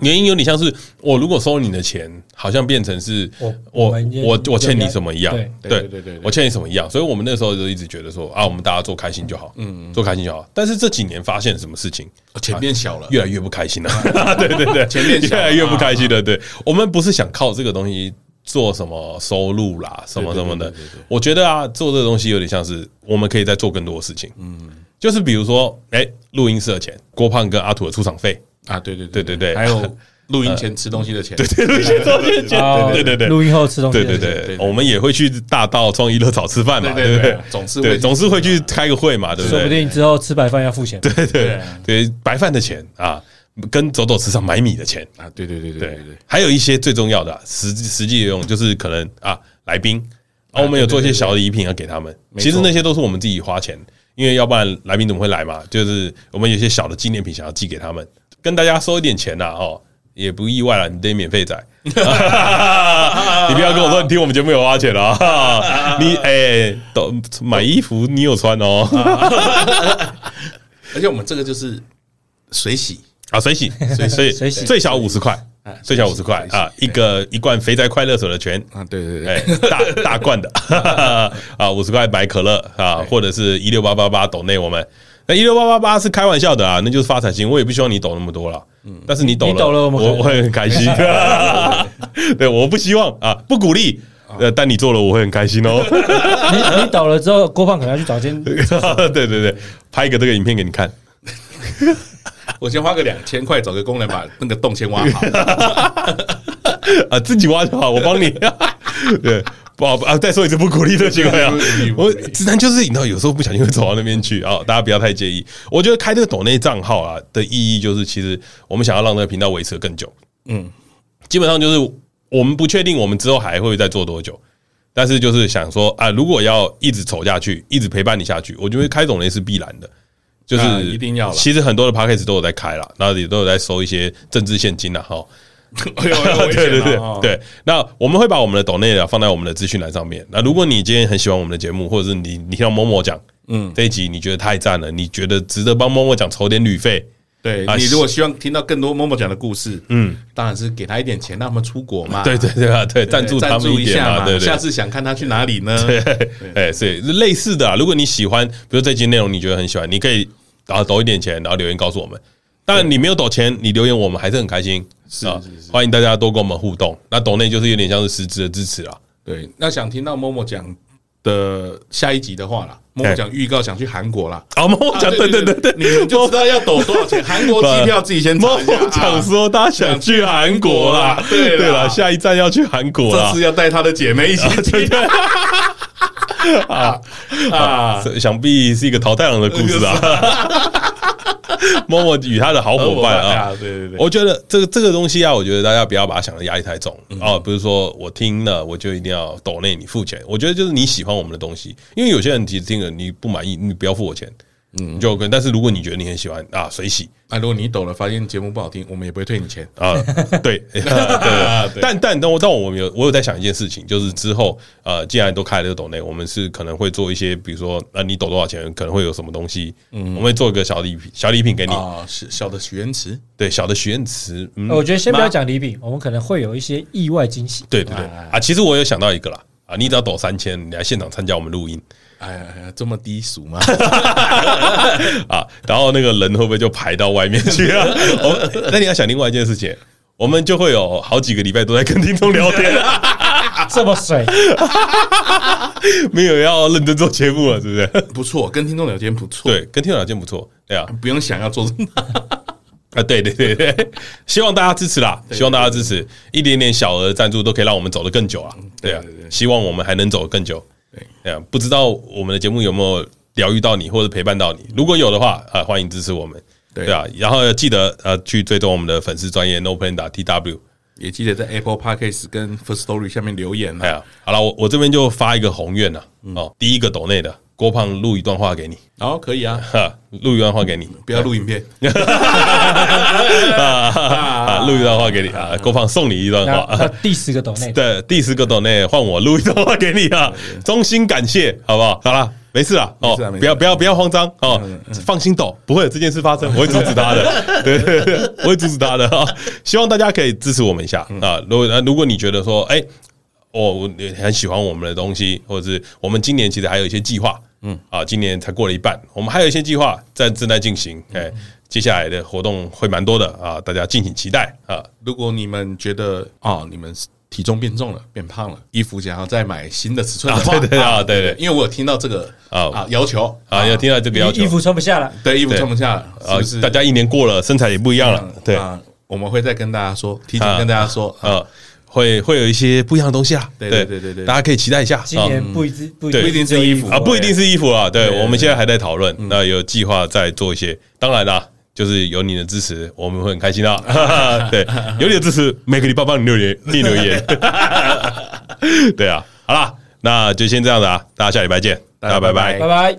Speaker 1: 原因有点像是我如果收你的钱，好像变成是
Speaker 3: 我
Speaker 1: 我
Speaker 3: 我们也
Speaker 1: 我我欠你什么一样。
Speaker 3: 对
Speaker 2: 对对对对
Speaker 1: 我欠你什么一样。所以我们那时候就一直觉得说啊，我们大家做开心就好，嗯，做开心就好。但是这几年发现什么事情？
Speaker 2: 哦钱变小了，
Speaker 1: 越来越不开心了。 对对对，
Speaker 2: 前面
Speaker 1: 越
Speaker 2: 想
Speaker 1: 来越不开心了。对，啊 我们不是想靠这个东西做什么收入啦，什么什么的
Speaker 2: 对对对对对。
Speaker 1: 我觉得啊，做这个东西有点像是我们可以再做更多的事情。嗯，就是比如说，哎，录音室的钱，郭胖跟阿土的出场费，
Speaker 2: 啊，对对
Speaker 1: 对对对呃
Speaker 2: 还 有录音前吃东西的钱，对
Speaker 1: 对录音室的钱，
Speaker 3: 哦
Speaker 1: 对对对。
Speaker 3: 录音后吃东西
Speaker 1: 对对
Speaker 3: 的，
Speaker 2: 对
Speaker 1: 对
Speaker 2: 对，对
Speaker 1: 我们也会去大道创意乐早吃饭嘛，
Speaker 2: 对对
Speaker 1: 对不
Speaker 2: 对
Speaker 1: 对？
Speaker 2: 总是
Speaker 1: 对
Speaker 2: 会
Speaker 1: 总是会去开个会嘛，对不
Speaker 3: 说不
Speaker 1: 对？
Speaker 3: 定之后吃白饭要付钱。
Speaker 1: 对
Speaker 2: 对
Speaker 1: 对
Speaker 2: 啊
Speaker 1: 对，白饭的钱啊，跟走走吃上买米的钱，
Speaker 2: 啊，对对对对
Speaker 1: 对
Speaker 2: 对对，
Speaker 1: 还有一些最重要的啊实际实际的用，就是可能啊，来宾，啊，我们有做一些小的礼品要给他们。
Speaker 2: 没错
Speaker 1: 其实那些都是我们自己花钱，因为要不然来宾怎么会来嘛？就是我们有一些小的纪念品想要寄给他们，跟大家收一点钱呐、哦，也不意外了，你得免费仔。 你不要跟我说你听我们节目有花钱了啊！ 你哎，都、买衣服你有穿哦
Speaker 2: 而且我们这个就是水洗，
Speaker 1: 啊，水洗水
Speaker 3: 水
Speaker 1: 水
Speaker 3: 洗
Speaker 1: 最小五十块最小五十块啊，一个一罐肥宅快乐水的拳，
Speaker 2: 啊，对对对，
Speaker 1: 哎，大大罐的 啊，五十块买可乐啊，或者是一六八八八抖内我们。那一六八八八是开玩笑的啊，那就是发财心，我也不希望你抖那么多了。嗯，但是你抖
Speaker 3: 你抖了我们
Speaker 1: 我我会很 开心。对，我不希望啊，不鼓励。呃，但你做了，我会很开心哦。
Speaker 3: 你你倒了之后，郭胖可能要去找间，
Speaker 1: 对对对，拍一个这个影片给你看。
Speaker 2: 我先花个两千块找个工人把那个洞先挖 好，
Speaker 1: 啊，自己挖就好，我帮你。 对，不好啊，再说一次，不鼓励这行为啊
Speaker 2: 不鼓励。不鼓
Speaker 1: 我
Speaker 2: 励
Speaker 1: 直男就是你知道，有时候不小心会走到那边去啊、大家不要太介意。我觉得开这个抖内账号啊的意义就是，其实我们想要让这个频道维持得更久。嗯
Speaker 2: 嗯，
Speaker 1: 基本上就是我们不确定我们之后还会再做多久。但是就是想说啊，如果要一直走下去，一直陪伴你下去，我觉得开总类是必然的，就是、
Speaker 2: 啊一定要啦
Speaker 1: 其实很多的 p a c k a g e 都有在开了，然后也都有在收一些政治现金了啊哈。啊
Speaker 2: 哎呦，哎呦危险
Speaker 1: 对对
Speaker 2: 了
Speaker 1: 对
Speaker 2: 哦
Speaker 1: 对，那我们会把我们的抖内啊放在我们的资讯栏上面。那如果你今天很喜欢我们的节目，或者是你你听到某某讲，嗯，这一集你觉得太赞了，你觉得值得帮某某讲筹点旅费，
Speaker 2: 对
Speaker 1: 啊
Speaker 2: 你如果希望听到更多默默讲的故事，
Speaker 1: 嗯
Speaker 2: 嗯，当然是给他一点钱，让他们出国嘛，
Speaker 1: 对对对啊，对，赞助他
Speaker 2: 赞
Speaker 1: 们
Speaker 2: 助
Speaker 1: 一
Speaker 2: 一
Speaker 1: 点
Speaker 2: 下
Speaker 1: 嘛，对对。
Speaker 2: 下次想看他去哪里呢？
Speaker 1: 哎，所以类似的、啊，如果你喜欢，比如这集内容你觉得很喜欢，你可以然后抖一点钱，然后留言告诉我们。当然，你没有抖钱，你留言我们还是很开心，是啊，欢迎大家多跟我们互动。那抖内就是有点像是实质的支持啊，
Speaker 2: 对，那想听到默默讲的下一集的话啦，默默讲预告想去韩国啦，
Speaker 1: 好，某某讲，
Speaker 2: 啊
Speaker 1: 对对对对，
Speaker 2: 你们就知道要抖多少钱，韩国机票自己先查啊
Speaker 1: 某
Speaker 2: 一下
Speaker 1: 某讲说他想去韩国啦
Speaker 2: 啊，对啦
Speaker 1: 对啦，下一站要去韩国
Speaker 2: 这
Speaker 1: 啦
Speaker 2: 啊次，要带他的姐妹一起 去 啊，
Speaker 1: 这想必啊是一个淘汰郎的故 事啊。某某与他的好伙伴啊，
Speaker 2: 对对对，
Speaker 1: 我觉得这个这个东西啊，我觉得大家不要把它想的压力太重啊，不是说我听了我就一定要抖内你付钱，我觉得就是你喜欢我们的东西，因为有些人其实听了你不满意，你不要付我钱，嗯，就 OK。但是如果你觉得你很喜欢啊，随喜
Speaker 2: 啊，如果你抖了，发现节目不好听，我们也不会退你钱。
Speaker 1: 啊， 对对
Speaker 2: 啊
Speaker 1: 对。
Speaker 2: 对
Speaker 1: 但但但我但我有我有在想一件事情，就是之后呃，既然都开了这个抖内，我们是可能会做一些，比如说呃，你抖多少钱，可能会有什么东西，嗯，我们会做一个小礼品小礼品给你，
Speaker 2: 啊，是小的许愿池，
Speaker 1: 对，小的许愿池，嗯，
Speaker 3: 呃我觉得先不要讲礼品，我们可能会有一些意外惊喜。
Speaker 1: 对对对啊，其实我有想到一个啦。啊，你只要抖三千，你来现场参加我们录音
Speaker 2: 哎呀，哎呀这么低俗吗？
Speaker 1: 啊，然后那个人会不会就排到外面去啊？ 我那你要想另外一件事情，我们就会有好几个礼拜都在跟听众聊天啊，
Speaker 3: 这么水，
Speaker 1: 没有要认真做节目了，是不是？
Speaker 2: 不错，跟听众聊天不错，
Speaker 1: 对，跟听众聊天不错，对啊，
Speaker 2: 不用想要做什么。
Speaker 1: 啊，对对对对，希望大家支持啦，希望大家支持，一点点小额赞助都可以让我们走得更久啊，对啊
Speaker 2: 嗯对对，对
Speaker 1: 希望我们还能走得更久，
Speaker 2: 对
Speaker 1: 对啊，不知道我们的节目有没有疗愈到你或者陪伴到你，如果有的话，啊，欢迎支持我们，
Speaker 2: 对
Speaker 1: 对啊，然后记得呃去追踪我们的粉丝专业 No Plan 打 T W，
Speaker 2: 也记得在 Apple Podcast 跟 First Story 下面留言啊
Speaker 1: 哎
Speaker 2: 啦。
Speaker 1: 呀，好了，我我这边就发一个宏愿呐，
Speaker 2: 嗯
Speaker 1: 哦，第一个抖内的郭胖录一段话给你，
Speaker 2: 好，可以啊，
Speaker 1: 哈，录一段话给你，
Speaker 2: 嗯不要录影片，
Speaker 1: 啊，录一段话给
Speaker 2: 嗯
Speaker 1: 你啊，郭胖送你一段
Speaker 3: 那
Speaker 1: 话。
Speaker 3: 那第十个抖内，
Speaker 1: 对，第十个抖内换我录一段话给你啊，衷心感谢，好不好？好啦，没事啦，哦
Speaker 2: 没事啊没，事
Speaker 1: 不要不要不要慌张哦，放心抖，不会有这件事发生，我会阻止他的，对对对，我会阻止他的啊。希望大家可以支持我们一下啊，如果呃如果你觉得说，哎，哦，我你很喜欢我们的东西，或者是我们今年其实还有一些计划，嗯，啊，今年才过了一半，我们还有一些计划在正在进行，哎，接下来的活动会蛮多的啊，大家敬请期待啊。
Speaker 2: 如果你们觉得哦，你们体重变重了，变胖了，衣服想要再买新的尺寸的话，
Speaker 1: 啊对对啊对对
Speaker 2: 因为我有听到这个
Speaker 1: 啊
Speaker 2: 啊啊要求
Speaker 1: 啊，要听到这个要求
Speaker 3: 衣衣，服穿不下了，
Speaker 2: 对衣服
Speaker 1: 对
Speaker 2: 穿不下了，是
Speaker 1: 啊
Speaker 2: 不，是？
Speaker 1: 大家一年过了，身材也不一样了
Speaker 2: 嗯，
Speaker 1: 对，
Speaker 2: 啊，我们会再跟大家说，提前跟大家说啊，
Speaker 1: 呃，会会有一些不一样的东西啊，
Speaker 2: 对对对对对
Speaker 1: 大家可以期待一下，
Speaker 3: 今年不一定不
Speaker 1: 嗯对
Speaker 2: 不一定是衣服
Speaker 1: 啊，啊不一定是衣服啊，对
Speaker 2: 对嗯
Speaker 1: 我们现在还在讨论，那有计划再做一些，当然啦。就是有你的支持，我们会很开心啊！ 对，有你的支持，每个礼拜帮你留言，念留 言。对啊，好啦，那就先这样子啊，大家下礼拜见，大家拜拜
Speaker 3: 拜。拜。